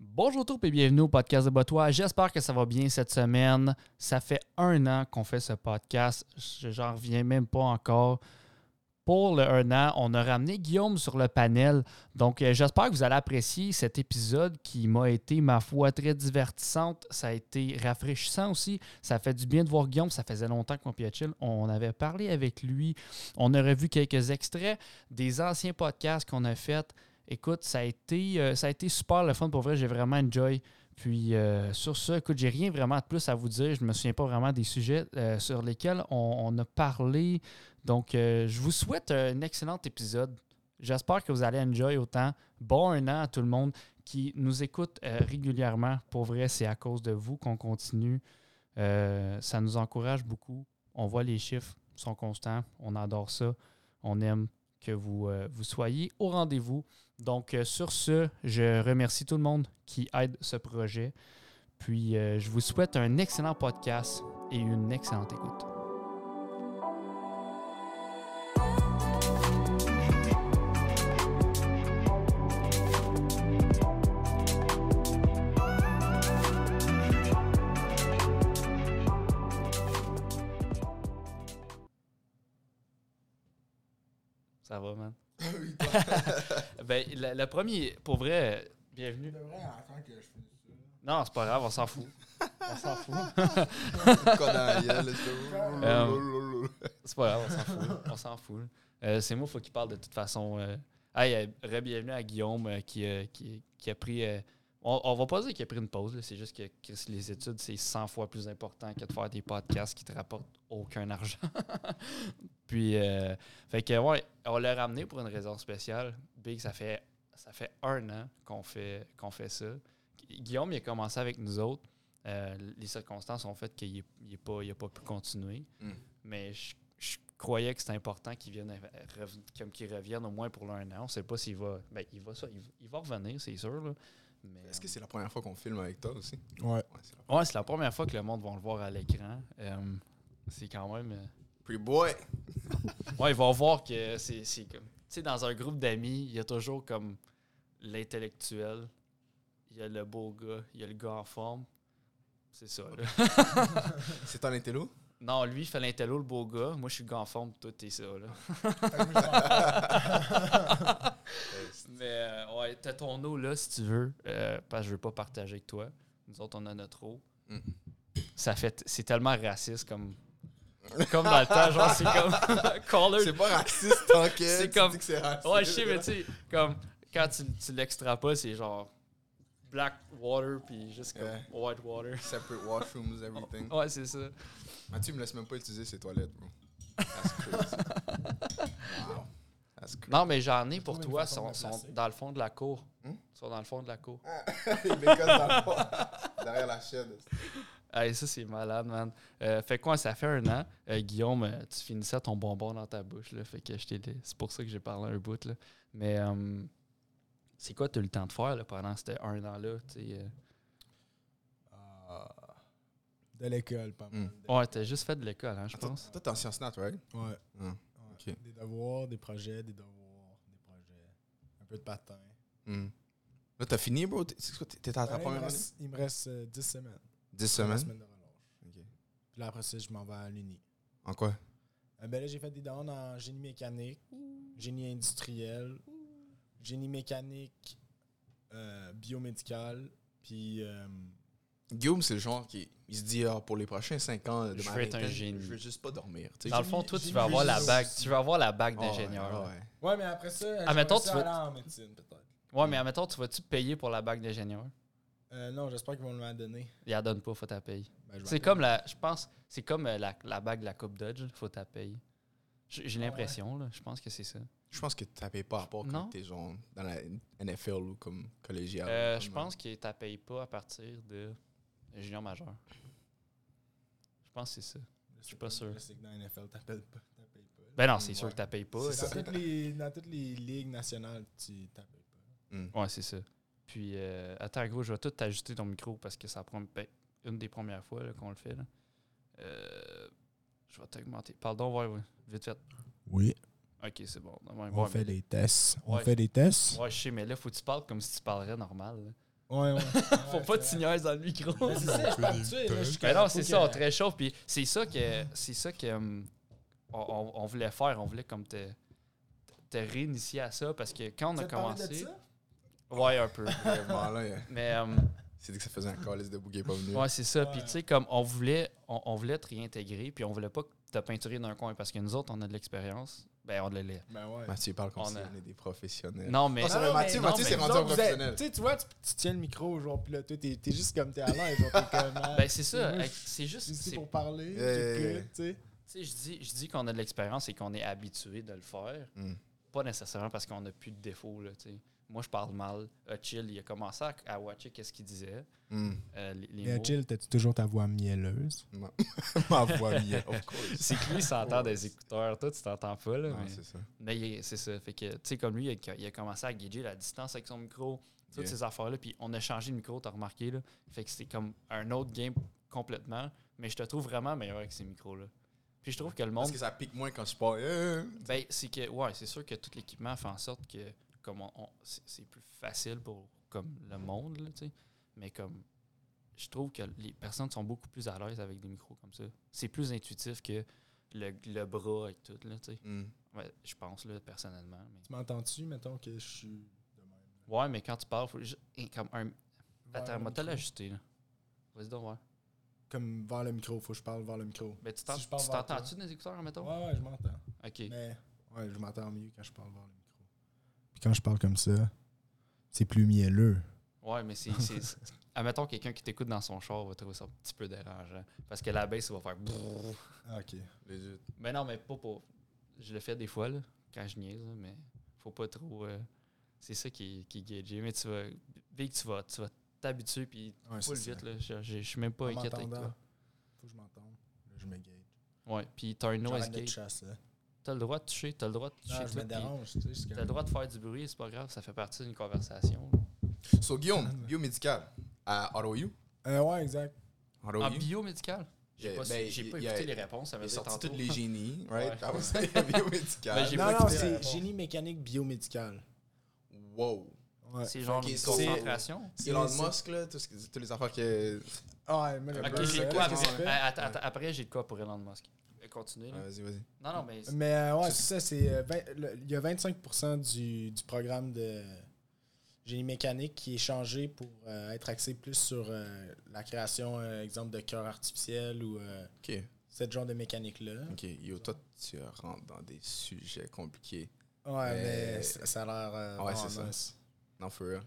Bonjour tout et bienvenue au podcast de Botois. J'espère que ça va bien cette semaine. Ça fait un an qu'on fait ce podcast. Je J'en reviens même pas encore. Pour le un an, on a ramené Guillaume sur le panel. Donc, euh, j'espère que vous allez apprécier cet épisode qui m'a été, ma foi, très divertissante. Ça a été rafraîchissant aussi. Ça fait du bien de voir Guillaume. Ça faisait longtemps qu'on piachille. On avait parlé avec lui. On aurait vu quelques extraits des anciens podcasts qu'on a faits. Écoute, ça a été, euh, ça a été super le fun pour vrai. J'ai vraiment enjoy. Puis euh, sur ce, écoute, j'ai rien vraiment de plus à vous dire. Je ne me souviens pas vraiment des sujets euh, sur lesquels on, on a parlé. Donc, euh, je vous souhaite un excellent épisode. J'espère que vous allez enjoy autant. Bon un an à tout le monde qui nous écoute euh, régulièrement. Pour vrai, c'est à cause de vous qu'on continue. Euh, ça nous encourage beaucoup. On voit les chiffres, ils sont constants. On adore ça. On aime que vous, euh, vous soyez au rendez-vous. Donc, euh, sur ce, je remercie tout le monde qui aide ce projet. Puis, euh, je vous souhaite un excellent podcast et une excellente écoute. Ça va, man? Oui, toi. Ben, le, le premier, pour vrai, euh, bienvenue. Tu devrais attendre que je finisse Non, c'est pas grave, on s'en fout. On s'en fout. ça. Quoi dans la gueule, là, c'est comme- Euh, Lolololol. C'est pas grave, on s'en fout. On s'en fout. Euh, c'est moi, faut qu'il parle de toute façon. euh. Hey, euh, re-bienvenue à Guillaume euh, qui, euh, qui, qui a pris. euh, on, on va pas dire qu'il a pris une pause, là, c'est juste que Chris, les études, c'est 100 fois plus important que de faire des podcasts qui te rapportent aucun argent. Puis, euh, fait que, ouais, on l'a ramené pour une raison spéciale. Big, ça fait, ça fait un an qu'on fait, qu'on fait ça. Guillaume, il a commencé avec nous autres. Euh, les circonstances ont fait qu'il n'a pas, il a pas pu continuer Mm. mais je, je croyais que c'était important qu'il vienne av- rev- comme qu'il revienne au moins pour un an. On sait pas s'il va. Ben, il va ça, il, va- il va revenir, c'est sûr. Là. Mais, Est-ce que c'est la première fois qu'on filme avec toi aussi? Ouais. c'est la ouais, c'est la première fois que le monde va le voir à l'écran. Euh, c'est quand même. euh, Pretty boy! Ouais, ils vont voir que c'est c'est comme. Tu sais, dans un groupe d'amis, il y a toujours comme l'intellectuel, il y a le beau gars, il y a le gars en forme. C'est ça. là. C'est ton intello? Non, lui, il fait l'intello, le beau gars. Moi, je suis le gars en forme, tout est ça. Là. Mais euh, ouais, t'as ton eau là si tu veux, euh, parce que je veux pas partager avec toi. Nous autres, on a notre eau. Mm. Ça fait, c'est tellement raciste comme, comme dans le temps, genre c'est comme caller. C'est pas raciste tant que. C'est tu comme- dis que c'est raciste. Ouais, je sais, mais tu sais, comme quand tu, tu l'extrapoles, c'est genre black water puis juste comme Ouais. white water. Separate washrooms, everything. Ouais, c'est ça. Mathieu me laisse même pas utiliser ses toilettes, bro. That's crazy. wow. That's crazy. Non, mais j'en ai C'est pour comme une toi, façon de sont, la sont placer. dans le fond de la cour. Hmm? Sont dans le fond de la cour. Il m'écosse dans le fond. Derrière la chaîne. Hey, ça, c'est malade, man. Euh, fait quoi, ça fait un an, euh, Guillaume, euh, tu finissais ton bonbon dans ta bouche, là. Fait que je t'ai- c'est pour ça que j'ai parlé un bout, là. Mais euh, c'est quoi, tu as eu le temps de faire, là, pendant ces un an-là, tu sais? euh? Euh, De l'école, pas mal. Mm. De- Ouais, t'as juste fait de l'école, hein, je Attends, pense. toi, t'es en sciences nat, right? Ouais. Mm. Ouais. Ok. Des devoirs, des projets, des devoirs, des projets. Un peu de patin. Mm. Là, t'as fini, bro? T'es- C'est quoi? t'es- T'es à Ah, ta Ouais, il, me première année? reste, il me reste euh, 10 semaines. 10 La semaines. semaine de relâche. Ok. Puis là, après ça, je m'en vais à l'Uni. En quoi? Euh, ben là, j'ai fait des dons en génie mécanique, génie industriel, génie mécanique, euh, biomédical, puis... euh, Guillaume, c'est le genre qui il se dit ah, pour les prochains 5 ans de Je ma veux être un vingtaine, génie. Je veux juste pas dormir. tu sais. Dans le fond, toi, tu vas avoir la bague, tu vas avoir la bague Ah ouais, d'ingénieur. là. ah ouais, ouais. Ouais, mais après ça, j'aimerais Ah, mettons, ça tu vas- aller en médecine, peut-être. mais admettons, tu vas-tu payer pour la bague d'ingénieur? Euh, non, j'espère qu'ils vont me la donner. Il la donne pas, faut t'as payer. Ben, je vais C'est aller. comme la, je pense, c'est comme euh, la, la bague de la Coupe Dodge, là, faut t'as payer. J'ai j'ai Ah ouais. l'impression, là, je pense que c'est ça. Je pense que tu tapais pas à part quand Non. t'es genre dans la NFL ou comme collégial. Euh, Comme, je pense que tu payes pas à partir de junior majeur. Je pense que c'est ça. Je suis pas sûr. C'est que dans la NFL, t'appelles pas. t'appelles pas. Ben non, c'est Mm, sûr ouais. que tu payes pas. C'est là. ça. Dans toutes, les, dans toutes les ligues nationales, tu t'appelles pas. euh, hmm. Ouais, c'est ça. Puis, euh, attends, gros, je vais tout t'ajuster ton micro parce que ça prend ben, une des premières fois là, qu'on le fait. là. Euh, je vais t'augmenter. Pardon, ouais, ouais. Vite fait. Oui, Ok, c'est bon. Ouais, ouais, mais- des tests. On Ouais. fait des tests. ouais, je sais, mais là, faut que tu parles comme si tu parlerais normal. là. Ouais, ouais. Faut pas que tu niaises dans le micro. Mais c'est ça, je suis pas habitué. là, je suis Mais comme- non, c'est faut ça, on que- te réchauffe. Puis c'est ça que, c'est ça que hum, on, on- on voulait faire. On voulait comme te, te réinitier à ça parce que quand on Tu a veux parler de commencé. ça? Ouais, un peu. Vraiment, là, euh, Mais hum, c'est dit que ça faisait un calice de bouquet pas venu. ouais, c'est ça. Puis Ouais. tu sais, comme on voulait, on, on voulait te réintégrer, puis on voulait pas te peinturer dans un coin parce que nous autres, on a de l'expérience. Ben, on l'est. Ben ouais. Mathieu parle comme On si a- on est des professionnels. Non, mais. Ah, ça va, Non, Mathieu, mais- Mathieu non, s'est mais- rendu Vous un autres, vous professionnel. êtes- Tu sais, tu vois, tu, tu tiens le micro, genre, puis là, toi, t'es, t'es juste comme t'es à l'aise. genre, t'es comme, hein, Ben, c'est ça. moi, Hey, je C'est suis juste. ici c'est- pour parler, Yeah. j'écoute, tu sais. tu sais, Je dis, je dis qu'on a de l'expérience et qu'on est habitué de le faire. Hmm. pas nécessairement parce qu'on n'a plus de défauts. Là, tu sais. Moi, je parle mal. Chill, il a commencé à, à watcher qu'est-ce qu'il disait. Hmm. euh, les, les Mais mots. Chill, t'as-tu toujours ta voix mielleuse? Non. Ma voix mienne, of course. C'est que lui, il s'entend des écouteurs. Toi, tu t'entends pas. Là, Non, mais- c'est ça. mais il- c'est ça. Fait que, tu sais, comme lui, il a, il a commencé à gager la distance avec son micro, toutes Yeah. ces affaires-là. Puis on a changé de micro, t'as remarqué. Là. Fait que c'était comme un autre game complètement. Mais je te trouve vraiment meilleur avec ces micros-là. Puis je trouve que le monde. Parce que ça pique moins quand je parle. Euh, Ben, c'est que, ouais, c'est sûr que tout l'équipement fait en sorte que, comme on, on- c'est c'est plus facile pour comme le monde, là, tu sais. Mais comme, je trouve que les personnes sont beaucoup plus à l'aise avec des micros comme ça. C'est plus intuitif que le, le bras et tout, là, tu sais. hmm. Ouais, je pense, là, personnellement. mais- Tu m'entends-tu, mettons, que je suis de même? Ouais, mais quand tu parles, faut juste- hein, comme un. Vers Attends, le moi, t'as micro. l'ajusté, là. Vas-y donc, ouais. Comme vers le micro, faut que je parle vers le micro. Ben, tu t'en- Si je tu parle vers toi. t'entends-tu dans les écouteurs, Ouais, mettons? ouais, je m'entends. Ok. Mais ouais, je m'entends mieux quand je parle vers le micro. Puis quand je parle comme ça, c'est plus mielleux. Ouais, mais c'est. c'est- c'est- Admettons, quelqu'un qui t'écoute dans son char va trouver ça un petit peu dérangeant. Parce que la baisse, ça va faire. brrr. Ah, ok. Legit. Mais Ben non, mais pas pour. Je le fais des fois, là, quand je niaise, là, mais faut pas trop. euh, C'est ça qui, est- qui est gagé. Mais tu vas. Dès que tu vas, tu vas t'habituer, puis Ouais, full ça. vite, là. Je, je- je suis même pas En inquiète avec m'entendant, toi. Faut que je m'entende. Là, je me gage. Ouais, puis t'as un noise J'arrête de te gate. chasser. T'as le droit de toucher, t'as le droit de toucher. Non, je me tout, puis dérange, tu sais. c'est T'as le comme- droit de faire du bruit, c'est pas grave, ça fait partie d'une conversation. So, Guillaume, biomédical, à ROU. Euh, ouais, exact. ROU. En biomédical? J'ai Yeah, pas, su- ben, j'ai pas il y a- écouté les réponses, ça Il veut est dire sorti tantôt. tous les génies, right? Ouais. Ah ouais, ça, il y a Ben, biomédical. j'ai Non, pas non, écouté la c'est réponse. génie mécanique biomédical. Wow. Ouais. C'est genre Ok, une so- concentration. C'est- Elon c'est- Musk, là, tout ce que- toutes les affaires que. Ah, Ouais, mais le Ok, beurre, j'ai c'est- quoi qu'est-ce après? qu'il fait? Ah, attends, attends, après, j'ai de quoi pour Elon Musk. Euh, Continue. là. Ah, vas-y, vas-y. Non, non, mais. Mais euh, ouais, C'est- c'est ça, c'est euh, vingt- le- il y a 25% du, du programme de génie mécanique qui est changé pour euh, être axé plus sur euh, la création, euh, exemple, de cœur artificiel ou euh, Ok. ce genre de mécanique-là. Ok, yo, toi, tu rentres dans des sujets compliqués. Ouais, Mais- mais ça, ça a l'air. euh, Ouais, vraiment c'est ça. nice. Non, for real.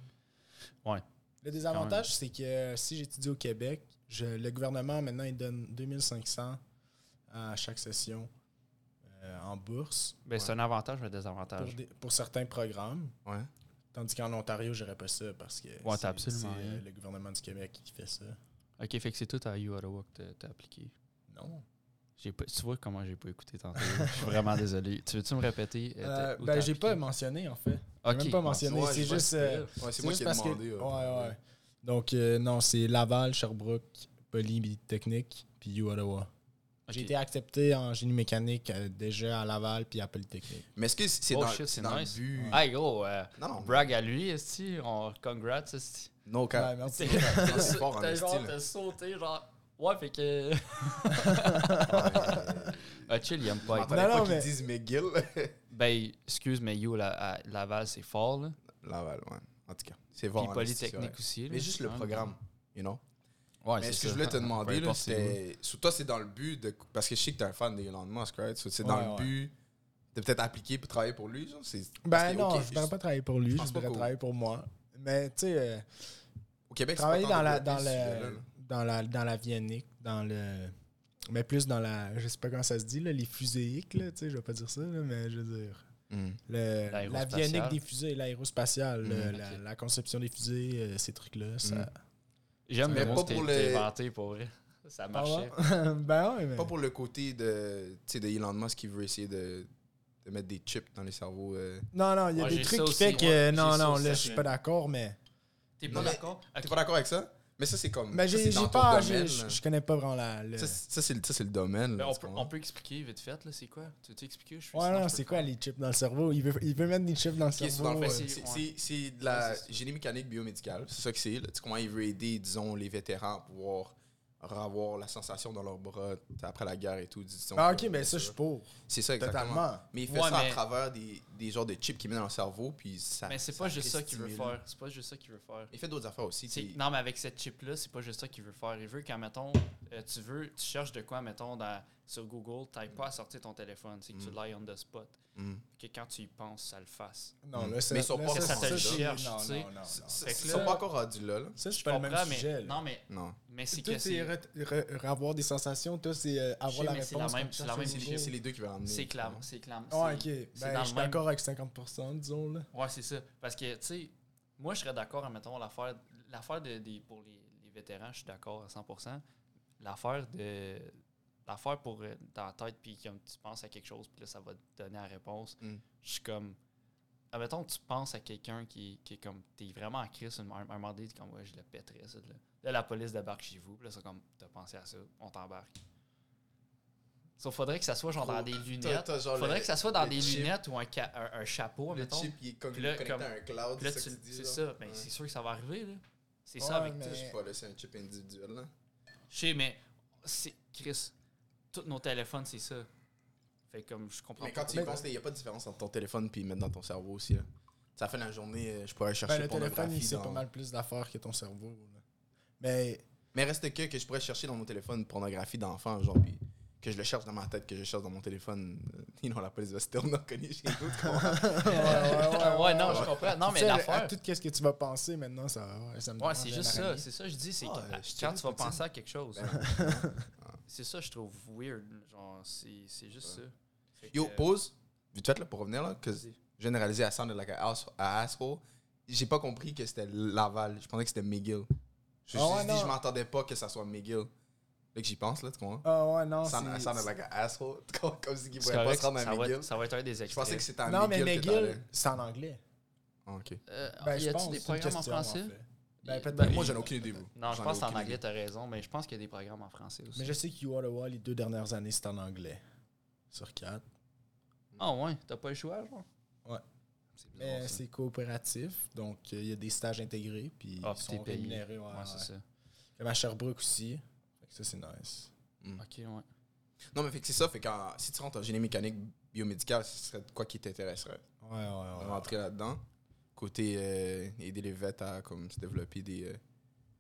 Le désavantage, c'est que euh, si j'étudie au Québec, je- le gouvernement, maintenant, il donne 2500 à chaque session euh, en bourse Ben, c'est un avantage ou un désavantage? pour, des- pour certains programmes. Ouais. Tandis qu'en Ontario, j'aurais pas ça parce que t'as c'est- absolument c'est, euh, rien. le gouvernement du Québec qui fait ça. Ok, fait que c'est tout à You Ottawa que t'as- t'as appliqué. Non. J'ai pas- tu vois comment j'ai pas écouté tantôt. Je suis vraiment désolé. Tu veux-tu me répéter? euh, t'as- où ben, t'as j'ai pas appliqué? mentionné en fait. Ok. même pas mentionné, Ouais, c'est je vois juste. ce euh, qu'il y a. Ouais, c'est c'est moi juste qui ai parce que- demandé. euh, ouais, ouais. Donc, euh, non, c'est Laval, Sherbrooke, Polytechnique, puis U Ottawa. Ok. J'ai été accepté en génie mécanique euh, déjà à Laval puis à Polytechnique. Mais est-ce que c'est Oh dans, shit, c'est c'est dans nice. le but? Hey, gros, euh, Non, non. on brague à lui, esti. On congrats, esti. No cap. Ouais, merci. Non, c'est fort en T'as genre, style. t'as sauté, genre. Ouais, fait que. Ah, chill, il aime Je pas. être- m'attendais Non, pas non, qu'ils mais- disent McGill. Ben, excuse, mais You, la- à Laval, c'est fort, là. Laval, ouais. En tout cas, c'est fort. Puis en esti, ouais. Polytechnique aussi. là. Mais juste le Ouais. programme, you know? Ouais, mais c'est ce que ça. je voulais te Peu demander, là, importe c'est où. c'était. Sous toi, c'est dans le but de. Parce que je sais que t'es un fan d'Elon Musk, right? So, C'est dans Ouais, le ouais. but de peut-être appliquer pour travailler pour lui, genre? C'est- parce Ben que, non, ok, je voudrais pas travailler pour lui, je je, pense pas voudrais qu'au- travailler pour moi. Mais tu sais, euh, Au Québec, c'est pas travailler tant dans la, dans, développé, ce sujet-là, le, là. dans la dans la viennique, dans le mais plus dans la je sais pas comment ça se dit là, les fuséiques là, tu sais, je vais pas dire ça là, mais je veux dire Mm. le- la L'aérospatiale. viennique des fusées, l'aérospatiale, Mhm. le- la, Ok. la conception des fusées, euh, ces trucs là, ça Mhm. J'aime Mais le pas mot que pour t'as- t'as le- inventé, pour vrai. Ça Ah marchait. ouais? ben ouais, mais Pas pour le côté de, tu sais, de Elon Musk qui veut essayer de, de mettre des chips dans les cerveaux. euh. Non non, il y a Ouais, des j'ai trucs ça qui aussi, fait que ouais, j'ai non ça non, aussi, là ça je suis fait- pas d'accord mais T'es Non, pas mais- d'accord? T'es Ok. pas d'accord avec ça? Mais ça, c'est comme. Mais ça, Ben, j'ai c'est j'ai dans ton pas. j'ai- domaine, là. Je je connais pas vraiment la. le- Ça, c'est- ça, c'est le- ça, c'est le domaine. Ben, là, on, tu peut, comprends? on peut expliquer vite fait, là, c'est quoi Tu veux expliquer je suis, Ouais, sinon, non, je peux c'est le quoi faire. les chips dans le cerveau Il veut, il veut mettre des chips dans le Ok, c'est dans le cerveau. fond, ouais. c'est- Ouais. c'est- C'est de la Ouais, c'est ça. génie mécanique biomédicale. C'est ça que c'est. là. Tu sais, comment il veut aider, disons, les vétérans à pouvoir avoir la sensation dans leurs bras tu sais, après la guerre et tout. Disons, Ah, que- ok, mais ça, je suis pour. C'est ça, exactement. Totalement. Mais il fait Ouais, ça mais- à travers des, des genres de chips qu'il met dans le cerveau, puis ça. Mais c'est pas crée juste ça ce qu'il veut stimulus. faire. C'est pas juste ça qu'il veut faire. Il fait d'autres affaires aussi. C'est- tu sais. Non, mais avec cette chip-là, c'est pas juste ça qu'il veut faire. Il veut qu'en mettons, euh, tu veux, tu cherches de quoi, mettons, dans- sur Google, t'ailles pas à sortir ton téléphone, c'est que tu l'ailles on the spot. Mm. Que quand tu y penses, ça le fasse. Non, Mm. là, c'est Mais ils sont là, pas ça, Ça, ça c'est- te c'est- cherche, non, tu sais. non, non, non. C'est- Fait c'est- que Ils là- sont pas encore rendus là. là. Ça, c'est Je pas le comprends, même mais. sujet. là. Non, mais, Non. mais c'est Toi, que c'est c'est. re- re- avoir des sensations. Toi, c'est euh, avoir sais, la mais réponse. c'est la même- comme c'est ça, la sur même le C'est idée. les- Google. c'est les deux qui veulent ramener. Oh. C'est tu comprends? clame, c'est clame. Ouais, c'est- ok. c'est dans Ben, je le suis même- d'accord avec 50%, disons. Là. Ouais, c'est ça. Parce que, tu sais, moi, je serais d'accord, mettons, l'affaire l'affaire de, des- pour les, les vétérans, je suis d'accord à 100 L'affaire de. L'affaire pour euh, dans la tête, puis comme tu penses à quelque chose, puis là, ça va te donner la réponse. Mm. Je suis comme. Admettons, tu penses à quelqu'un qui, qui est comme. T'es vraiment en crise, un, un moment donné, t'es comme, ouais, je le pèterais, ça. Là, Là, la police débarque chez vous, puis là, c'est comme, t'as pensé à ça, on t'embarque. Sauf faudrait que ça soit genre dans Trop- des T'as- lunettes. t'as genre Faudrait le- que ça soit dans le des chip- lunettes ou un, ca- un, un chapeau, Le mettons. chip, il est comme Puis là, connecté comme- à un cloud. Puis là, c'est ça tu- que tu dis, c'est là. ça, ben, Ouais. c'est sûr que ça va arriver. là. C'est Ouais, ça avec mais- Ça, Je sais pas, là, c'est un chip individuel. Là. Je sais, mais c'est Chris, tous nos téléphones, c'est ça. Fait comme je comprends Mais quand tu y Mais- penses, il n'y a pas de différence entre ton téléphone et mettre dans ton cerveau aussi. Là. Ça fait la journée, euh, je pourrais chercher Ben, le téléphone, il pornographie. sait dans- pas mal plus d'affaires que ton cerveau. là. Mais Mais reste que que je pourrais chercher dans mon téléphone pornographie d'enfant, genre, puis que je le cherche dans ma tête, que je cherche dans mon téléphone. euh, Ils ont la police va se tourner reconnu chez nous. tu comprends? ouais, Ouais, non, je comprends. Non, Tu mais sais, à l'affaire. tout ce que tu vas penser maintenant, ça, ouais, ça me Ouais, dérange c'est de juste la ça. ramener. C'est ça, que je dis. C'est Ah, que- euh, je quand t'ai tu vas dit, Poutine. penser à quelque chose. hein. Ben, C'est ça, je trouve weird. Genre, c'est c'est juste ça. Fait que, Yo, euh, pause. Vite fait, là, pour revenir, là, que Vas-y. généraliser à Sound like a house- a asshole, j'ai pas compris que c'était Laval. Je pensais que c'était McGill. Je me Ah ouais, suis dit, non. je m'entendais pas que ça soit McGill. Là que j'y pense, là, tu comprends? Ah ouais, non, Sound c'est- sound like a asshole. Comme, comme si il c'est pouvait pas correct, se rendre ça, à va McGill. être, ça va être un des Je pensais extraits. que c'était à Non, mais McGill. que t'allais. McGill, c'est en anglais. Ah, ok. Euh, Ben, y je pense, a-tu des c'est une programmes en question, en français fait. Ben, peut-être. Ben, Moi, j'en ai aucune idée, vous. Non, je J'en ai pense que c'est en aucune anglais, idée. t'as raison, mais je pense qu'il y a des programmes en français aussi. Mais je sais que You Are the Wall, les deux dernières années, c'est en anglais. Sur quatre. Ah ouais, t'as pas le choix, genre? Ouais. C'est Euh, Mais bizarre, ça. c'est coopératif, donc euh, il y a des stages intégrés, puis Ah, ils puis t'es sont payé. rémunérés. ouais, Ouais, ouais. c'est ça. Comme à Sherbrooke aussi. Fait que ça, c'est nice. Ok, ouais. Non, mais fait que c'est ça. Fait que en- si tu rentres en génie mécanique biomédicale, ce serait de quoi qui t'intéresserait. Ouais, ouais, Ah. ouais. Rentrer là-dedans. Côté euh, aider les vets à comme, se développer des. euh,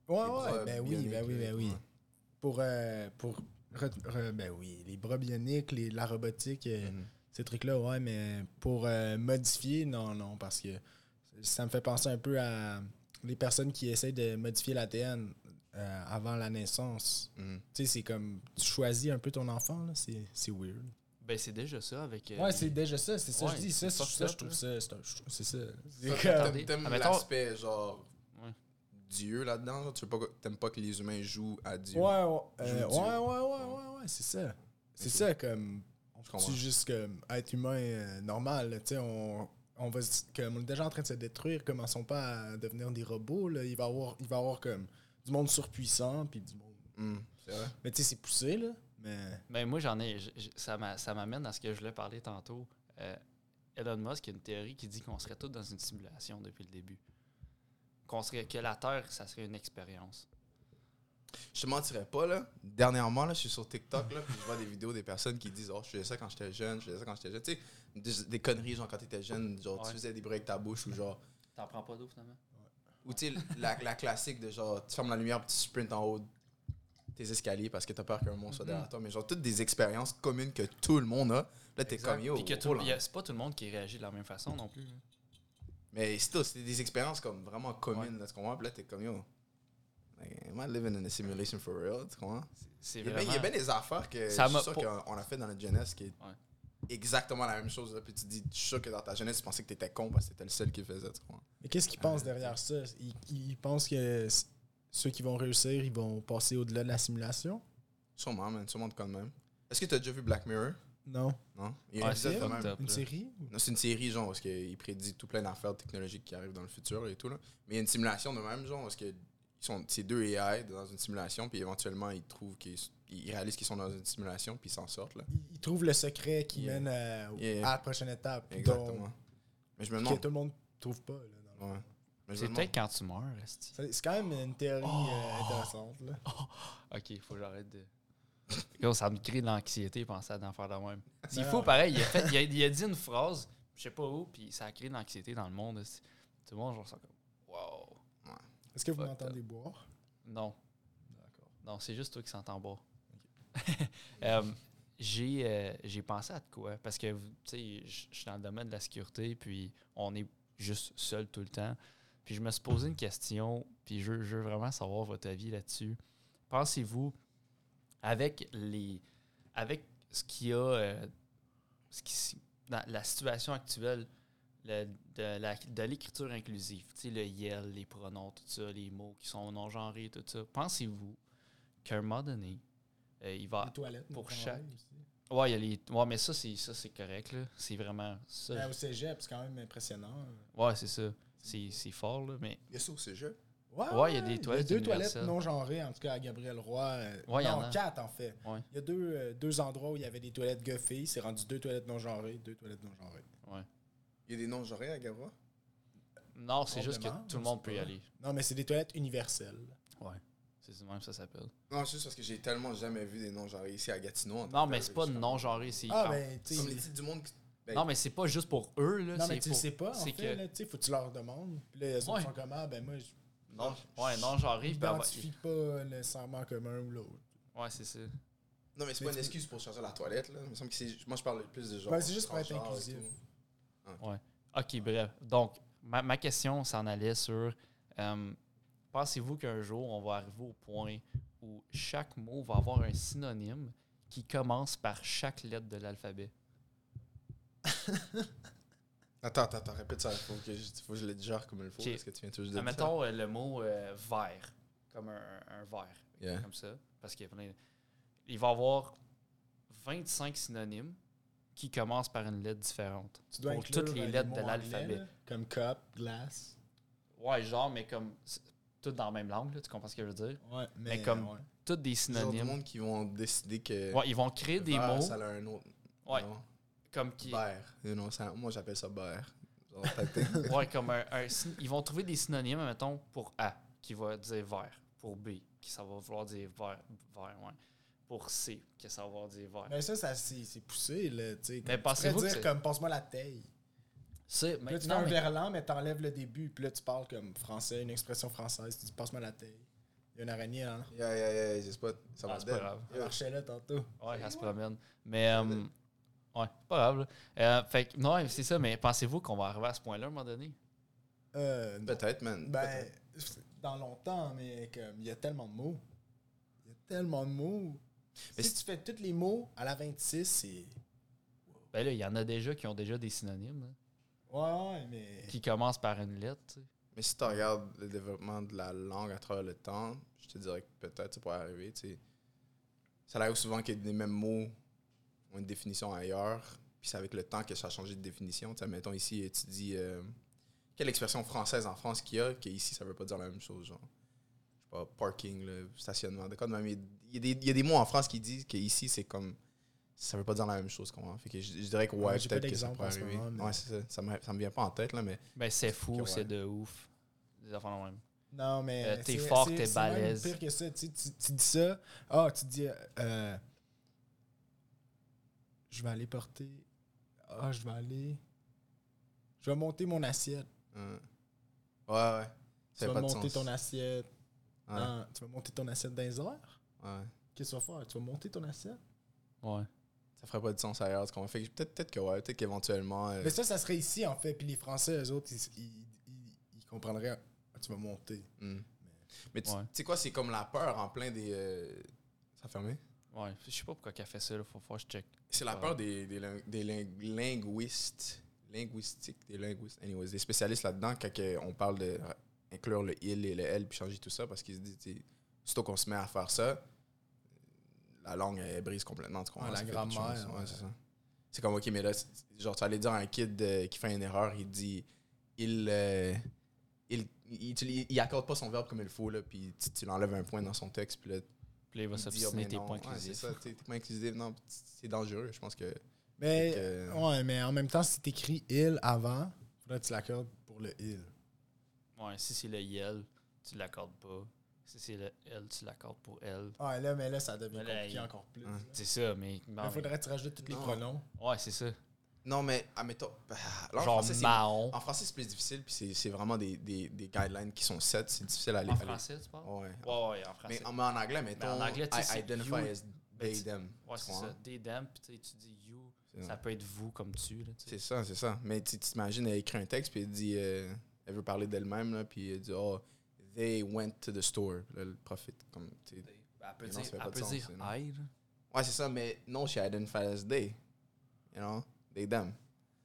Ouais, des bras ouais, ben oui, bioniques, ben oui, euh, ben oui. ouais. Pour, euh, pour re- re- ben oui, les bras bioniques, les, la robotique, euh, Mhm. ces trucs-là, ouais, mais pour euh, modifier, non, non, parce que ça me fait penser un peu à les personnes qui essayent de modifier l'ADN euh, avant la naissance. Mhm. Tu sais, c'est comme, tu choisis un peu ton enfant, là, c'est c'est weird. Ben, c'est déjà ça avec. euh, Ouais, les- c'est déjà ça, c'est ça, Ouais, je dis, ça, c'est c'est- fucked ça, je up, trouve là. ça, c'est un- je- c'est ça. C'est Ça, comme- T'aimes t'aimes Admettons- l'aspect genre Ah, Ouais. Dieu là-dedans. genre, Tu veux pas que- t'aimes pas que les humains jouent à Dieu. Ouais, ouais, euh, Joue ouais, Dieu. ouais, ouais, ouais, ouais, c'est ça. C'est ça, comme. Je C'est comprends. juste comme être humain euh, normal, là, tu sais, on. On, va, se- comme, on est déjà en train de se détruire, commençons pas à devenir des robots. Là. Il, va avoir, il va avoir comme du monde surpuissant, puis du monde. Mhm. C'est vrai. Mais tu sais, c'est poussé, là. Mais. Ben, moi, j'en ai. j- j- ça m'a- ça m'amène à ce que je voulais parler tantôt. Euh, Elon Musk a une théorie qui dit qu'on serait tous dans une simulation depuis le début. Qu'on serait, que la Terre, ça serait une expérience. Je te mentirais pas, là. Dernièrement, là, je suis sur TikTok, là, puis je vois des vidéos des personnes qui disent Oh, je faisais ça quand j'étais jeune, je faisais ça quand j'étais jeune. Tu sais, des, des conneries, genre, quand t'étais jeune, genre, Ouais. tu faisais des bruits avec ta bouche ou genre. T'en prends pas d'eau, finalement? Ou tu sais, la, la classique de genre, tu fermes la lumière puis tu sprintes en haut de tes escaliers parce que t'as peur qu'un monstre soit derrière Mm-hmm. toi. Mais genre, toutes des expériences communes que tout le monde a. Là, t'es comme yo. Puis que tout- hold on. y a- c'est pas tout le monde qui réagit de la même façon non plus. Mais c'est tout, c'est des expériences comme vraiment communes. Là, tu comprends? Puis là, t'es comme yo. like, am I living in a simulation for real? Tu comprends? C'est Il y a bien- il y a vraiment- bien des affaires que Ça je suis m'a sûr pas- qu'on a fait dans notre jeunesse qui est Ouais. exactement la même chose. Là, puis tu dis, je suis sûr que dans ta jeunesse, tu pensais que t'étais con parce que t'étais le seul qui le faisait. Tu comprends? Mais qu'est-ce qu'ils pensent derrière ça? Ils, ils pensent que c- ceux qui vont réussir, ils vont passer au-delà de la simulation? Sûrement, man. Sûrement de quoi de même. Est-ce que t'as déjà vu Black Mirror? Non. Non? Il y a un Ouais, épisode c'est de fucked même. up, Une là. série? Non, c'est une série, genre, parce qu'il prédit tout plein d'affaires technologiques qui arrivent dans le futur et tout, là. Mais il y a une simulation de même, genre, parce que ils sont ces deux AI dans une simulation, puis éventuellement, ils trouvent qu'ils ils réalisent qu'ils sont dans une simulation, puis ils s'en sortent. Là. Ils trouvent le secret qui Yeah. mène à, Yeah. à la prochaine étape. Exactement. dont- Mais je me que demande. tout le monde trouve pas. là, dans le fond. Ouais. Mais je me C'est demande- peut-être quand tu meurs, esti. C'est c'est quand même une théorie Oh. euh, intéressante. là. Ok, faut que j'arrête de. Gros, ça me crée de l'anxiété, penser à d'en faire de même. C'est Non, fou, non. pareil. Il a, fait, il, a, il a dit une phrase, je sais pas où, puis ça a créé de l'anxiété dans le monde. esti. Tout le monde, genre, sont comme. Wow. Est-ce que vous Fuck m'entendez boire? Non. Non, c'est juste toi qui s'entends bas. Euh, j'ai, euh, j'ai pensé à de quoi? Parce que, vous- tu sais, je je suis dans le domaine de la sécurité, puis on est juste seul tout le temps. Puis je me suis posé une question, puis je, je veux vraiment savoir votre avis là-dessus. Pensez-vous, avec les avec ce qu'il y a, euh, ce qui, s- dans la situation actuelle le- de, la- de l'écriture inclusive, tu sais, le yel, les pronoms, tout ça, les mots qui sont non-genrés, tout ça, pensez-vous qu'à un moment donné, euh, il va... Les toilettes. pour notamment, chaque- aussi. Ouais, il y a les... ouais mais ça, c'est, ça, c'est correct, là. C'est vraiment ça. Ben, au cégep, c'est quand même impressionnant. Ouais, c'est ça. C'est, c'est fort, là, mais... Il y a ça au cégep. Ouais, il y a des toilettes deux universelles. toilettes non genrées, en tout cas à Gabriel Roy. euh, Ouais, il y non, en a. quatre en fait. Il Ouais. y a deux, euh, deux endroits où il y avait des toilettes gars-filles. C'est rendu deux toilettes non genrées, deux toilettes non genrées. Il y a des noms genrés à Gabra. Non, c'est On juste que demande, tout le on monde sait peut y pas. aller. Non, mais c'est des toilettes universelles. C'est ça même que ça s'appelle. Non, c'est juste parce que j'ai tellement jamais vu des noms genrés ici à Gatineau. en tant Non, que mais tel, c'est pas je- non-genré, c'est... Ah, ah, ben, tu Comme les sais. titres du monde. qui- ben, Non, mais c'est pas juste pour eux, là. Non, c'est mais tu le pour- sais pas, en c'est fait. que- là, tu sais, faut que tu leur demandes. Puis là, elles Ouais. sont comme, ah, ben moi, je Non, ben, ouais, non-genré, puis... n'identifie pas nécessairement comme un ou l'autre. Ouais, c'est ça. Non, mais c'est Mais pas une tu- excuse pour changer la toilette, là. Il me semble que c'est- Moi, je parle plus de genre. Ouais, c'est juste pour être transgenre et inclusif. tout. OK, bref. Donc, ma, ma question s'en allait sur euh, pensez-vous qu'un jour, on va arriver au point où chaque mot va avoir un synonyme qui commence par chaque lettre de l'alphabet? Attends, attends, attends, répète ça. Faut que je, faut que je le digère comme il faut Ok. parce que tu viens tout juste de le dire. Admettons euh, le mot euh, vert, comme un, un verre, Yeah. comme ça, parce qu'il y a plein de- Il va y avoir 25 synonymes qui commencent par une lettre différente. Tu dois Pour inclure, toutes les euh, lettres mots de anglais, l'alphabet. là, Comme cup, glass. Ouais, genre, mais comme... c'est Tout dans la même langue, là, tu comprends ce que je veux dire? Ouais, mais, comme- ouais. Toutes des Le genre de synonymes. monde qui vont décider que. Ouais, ils vont créer des vert, mots Ça a un autre. Ouais. nom. comme qui... Vert. You know, ça- moi, j'appelle ça beurre. Genre, t'as peut-être- Ouais, comme un, un syn- ils vont trouver des synonymes, mettons, pour A, qui va dire vert, pour B, qui ça va vouloir dire vert, vert, ouais. Pour C, que ça va vouloir dire vert. Mais ça, ça c'est c'est poussé, là. tu sais, comme tu pensez-vous pourrais que dire c'est- comme passe-moi la taille. C'est, Puis là, tu fais non, un mais- verlan, mais t'enlèves le début. Puis là, tu parles comme français, une expression française. Tu dis passe-moi la taille. Il y a une araignée, hein. Yeah, yeah, yeah, j'ai pas. Ça Ah, va c'est dead. pas grave. Elle marchait là tantôt. Ouais, elle se promène. Mais, euh, ouais, c'est pas grave. là. Euh, fait que, non, mais c'est ça, mais pensez-vous qu'on va arriver à ce point-là à un moment donné? Euh, non. Peut-être, man. Ben, peut-être. dans longtemps, mais comme il y a tellement de mots. Il y a tellement de mots. Mais si c'est- tu fais tous les mots à la 26, c'est. Ben là, il y en a déjà qui ont déjà des synonymes, hein, Ouais, ouais, mais. qui commencent par une lettre, tu sais. Mais si tu regardes le développement de la langue à travers le temps, je te dirais que peut-être ça pourrait arriver. tu sais. Ça arrive souvent que les mêmes mots ont une définition ailleurs, puis c'est avec le temps que ça a changé de définition. Tu sais, mettons ici, tu dis euh, quelle expression française en France qu'il y a, qu'ici ça veut pas dire la même chose. Genre, je sais pas, parking, le stationnement. De quoi de même, il y a- il y, a des- il y a des mots en France qui disent qu'ici c'est comme. Ça veut pas dire la même chose, comment? Fait que je, je dirais que ouais, Ouais, j'ai pas peut-être que ça d'exemple pourrait en ce arriver. moment, mais- Ouais, c'est ça. Ça me, ça me vient pas en tête, là, mais. Ben, c'est fou, Que ouais. c'est de ouf. Des affaires de même. Non, mais. Euh, t'es c'est- fort, c'est- t'es c'est même balèze. pire que ça. Tu, sais, tu- tu dis ça. Ah, tu dis. euh, je vais aller porter. Ah, je vais aller. Je vais monter mon assiette. Ouais, ouais. ouais. Tu Ça fait vas pas de monter sens. ton assiette. Ouais, Ah, tu vas monter ton assiette dans les airs. ouais. Qu'est-ce que tu vas faire? Tu vas monter ton assiette? Euh. Ouais. Ça ferait pas de sens ailleurs. ce qu'on fait. que Peut-être peut que ouais, peut-être qu'éventuellement. euh, Mais ça, ça serait ici, en fait. Puis les Français, eux autres, ils, ils- ils- ils comprendraient. Ah, tu vas monter. hmm. Mais tu Ouais. tu sais quoi, c'est comme la peur en plein des. euh, Ça a fermé? Ouais. Je sais pas pourquoi qu'elle fait ça, là. Faut, faut que je check. C'est la Ah. Ouais. peur des, des, lin- des lin- linguistes. Linguistiques, des linguistes. Anyways, des spécialistes là-dedans quand que on parle de ra- inclure le il et le elle puis changer tout ça parce qu'ils se disent, tu sais, aussitôt qu'on se met à faire ça, euh, la langue elle brise complètement. Tu comprends? Ouais, la Ça fait autre chose. grammaire, Ouais, ouais. c'est ça. C'est comme, ok, mais là, c'est- genre, tu allais dire à un kid euh, qui fait une erreur, il dit, il. euh, il il, utilise- il accorde pas son verbe comme il faut, là, puis tu, tu l'enlèves un point dans son texte, puis là, Bah, Puis là, il va il dit, Ah, s'obstiner mais tes non. points Ouais, c'est inclusifs. ça, t'es t'es pas inclusif, non, puis c'est dangereux, je pense que... Mais, que- euh, ouais, mais en même temps, si t'écris il avant, faudrait que tu l'accordes pour le il. Ouais, si c'est le yell, tu l'accordes pas. Si c'est le elle, tu l'accordes pour elle. Ouais, Ah, là, mais là, ça devient Mais là, compliqué il- Ben encore plus. Hein. C'est ça, mais. non, Il faudrait que tu rajoutes tous les Non. pronoms. mais- Ouais, c'est ça. Non, mais, admettons... bah, là, en Genre français, c'est- Mahon. en français, c'est plus difficile, puis c'est- c'est vraiment des, des, des guidelines qui sont set, c'est difficile à aller... En à aller- français, tu parles Ouais. Ouais, ouais, en français. Mais en, mais en anglais, mettons, en anglais, tu sais, I c'est identify you. as Ben, they, tu- them. Ouais, c'est Ouais. ça. Des dames, puis tu sais, tu dis you, C'est ça peut être vous comme tu. Là, tu sais. C'est ça, c'est ça. Mais tu tu t'imagines, elle écrit un texte, puis elle dit, euh, elle veut parler d'elle-même, là, puis elle dit, oh, they went to the store. Là, le prof est comme, tu sais. Ben, Elle peut Mais non, dire, ça fait pas elle de peut sens, dire c'est non. I. là. Ouais, c'est ça, mais non, she identified as they. You know, they them.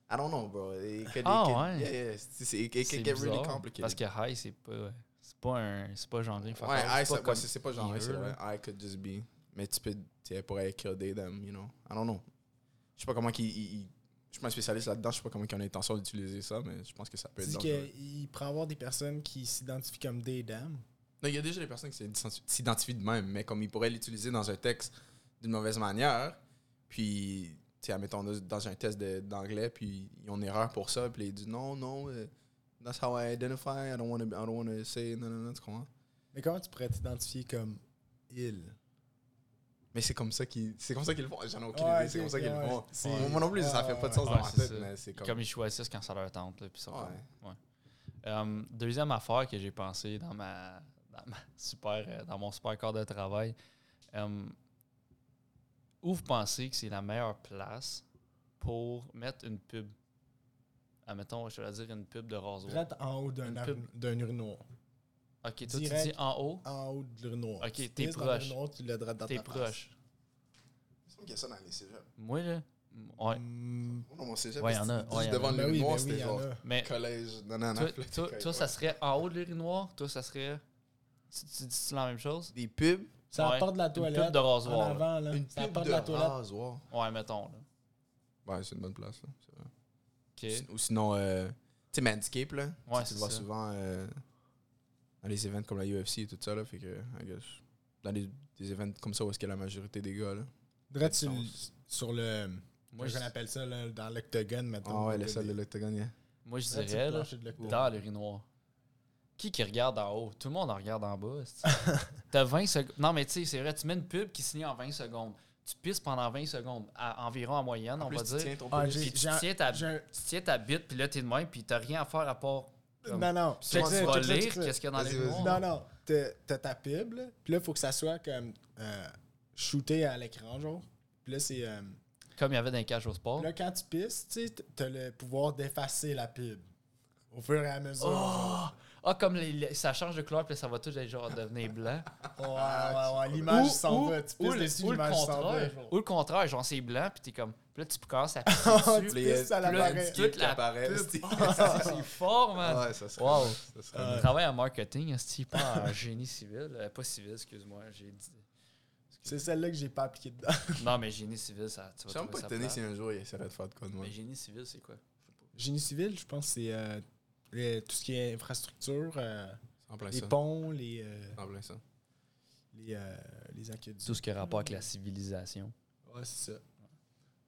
I don't know, bro. It could, Ah, it could, ouais. Yeah, yeah. it's- it's- It, it C'est could get really bizarre, complicated. Parce que high, c'est pas, c'est pas, un, c'est pas genré. fait ouais, que I, c'est ça- pas ouais, c'est c'est pas genre, il c'est veut, vrai. I could just be. Mais tu peux, tu sais, elle pourrait écrire they them, you know. I don't know. Je sais pas comment qu'il. il- il- Je suis pas un spécialiste là-dedans, je sais pas comment qu'ils ont l'intention d'utiliser ça, mais je pense que ça peut euh, Tu être dis dangereux. qu'il pourrait avoir des personnes qui s'identifient comme des dames. Non, il y a déjà des personnes qui s'identi- s'identifient de même, mais comme ils pourraient l'utiliser dans un texte d'une mauvaise manière, puis, tu sais, admettons, dans- dans un test de- d'anglais, puis ils ont une erreur pour ça, puis ils disent non, non, euh, that's how I identify, I don't want to, I don't wanna say, non, non, non, tu comprends? Mais comment tu pourrais t'identifier comme il Mais c'est comme ça qu'ils c'est comme ça qu'ils le font, j'en ai aucune Ouais, idée, c'est ok, comme ça qu'ils le ouais, font. c'est- Moi- Moi non plus, ça fait ouais, pas de ouais, sens ouais. dans ma Ouais, c'est tête, ça. mais c'est Comme... comme. ils choisissent quand ça leur tente. Là, puis ils sont Ouais. comme- ouais. Euh, deuxième affaire que j'ai pensé dans ma, dans ma super euh, dans mon super corps de travail. euh, où vous pensez que c'est la meilleure place pour mettre une pub? Admettons, je vais dire une pub de rasoir. Prête en haut d'un Une ar- pub. d'un urinoir. Ok, toi direct. tu dis en haut, En haut de l'urinoir. Ok, Tu t'es pisses dans proche. l'urinoir, tu le droites dans t'es ta face. proche. Il me semble qu'il y a ça dans les cégeps. Moi là, ouais. Hmm. Moi, dans mon cégep, Ouais, c'était y'en a, juste ouais, y'en a. devant Ben le oui, noir, ben oui, c'était il y en genre a. Mais collège, non, non, non. toi, toi, toi, ça serait en haut de l'urinoir, toi ça serait. Tu, tu dis la même chose? Des pubs, C'est à la Ouais. porte de la Une pub toilette. de En rasoir. là. avant, là. une C'est à la pub porte de de la toilette. rasoir. Ouais, mettons. Là. Ouais, c'est une bonne place, là. c'est vrai. Ok. Ou sinon, euh, tu sais, Manscape, là. Tu sais, tu c'est le vois ça. souvent euh, dans les événements comme la UFC et tout ça, là. Fait que, I guess, dans les, des événements comme ça, où est-ce que la majorité des gars, là. Droite sur, Dans le- sur le. Moi, Moi, je je- appelle ça là, dans l'octogone, Ah maintenant. ouais, les salles de l'octogone, yeah. Moi, je dirais, là, dans l'urinoir. Qui qui regarde en haut? Tout le monde en regarde en bas. c'est-tu. T'as 20 secondes. Non, mais tu sais, c'est vrai, tu mets une pub qui se lit en 20 secondes. Tu pisses pendant 20 secondes, à- environ en moyenne, on En plus, va tu dire. tiens ton Ah, pénis. j'ai- Puis tu j'ai un- tiens, ta, j'ai un- tu tiens ta bite, puis là, t'es de même, puis t'as rien à faire à part. comme- Non, non. Check check tu ça, vas check ça, lire check ça. qu'est-ce qu'il y a dans Vas-y, vas-y. l'urinoir. Non, non. T'as t'as ta pub, là. Puis là, faut que ça soit comme. euh, shooté à l'écran, genre. Puis là, c'est. euh, Comme il y avait dans les cages au sport. Là, quand tu pisses, tu sais, t- t'as le pouvoir d'effacer la pub. Au fur et à mesure. Oh! Ah, comme les- les- ça change de couleur, puis là, ça va tout genre devenir blanc. Ouais, ouais, ouais, ouais, L'image s'en ou- va. Tu ou pisses le- dessus, ou le l'image s'en va. contraire. genre. Ou le contraire, genre c'est blanc, puis t'es comme. Puis là, tu commences à pisser Oh, dessus. tu pisses, ça Puis là, l'apparaît. tu- Toute la apparaît, pub. c'est- Ah, c'est fort, man. Ouais, ça serait. Wow. Ça serait Euh, Je travaille en marketing, est pas en génie civil? Euh, Pas civil, excuse-moi. j'ai dit- C'est celle-là que j'ai pas appliquée dedans. Non, mais génie civil, ça, tu Je vas sais même trouver pas ça te donner plate. si un jour il essaierait de faire de quoi de moi. Mais génie civil, c'est quoi? Génie civil, je pense, c'est euh, les- tout ce qui est infrastructure, euh, En plein les ça. ponts, les, euh, En plein ça. les, euh, les aqueducs. Tout ce qui a rapport avec la civilisation. Ouais, c'est ça.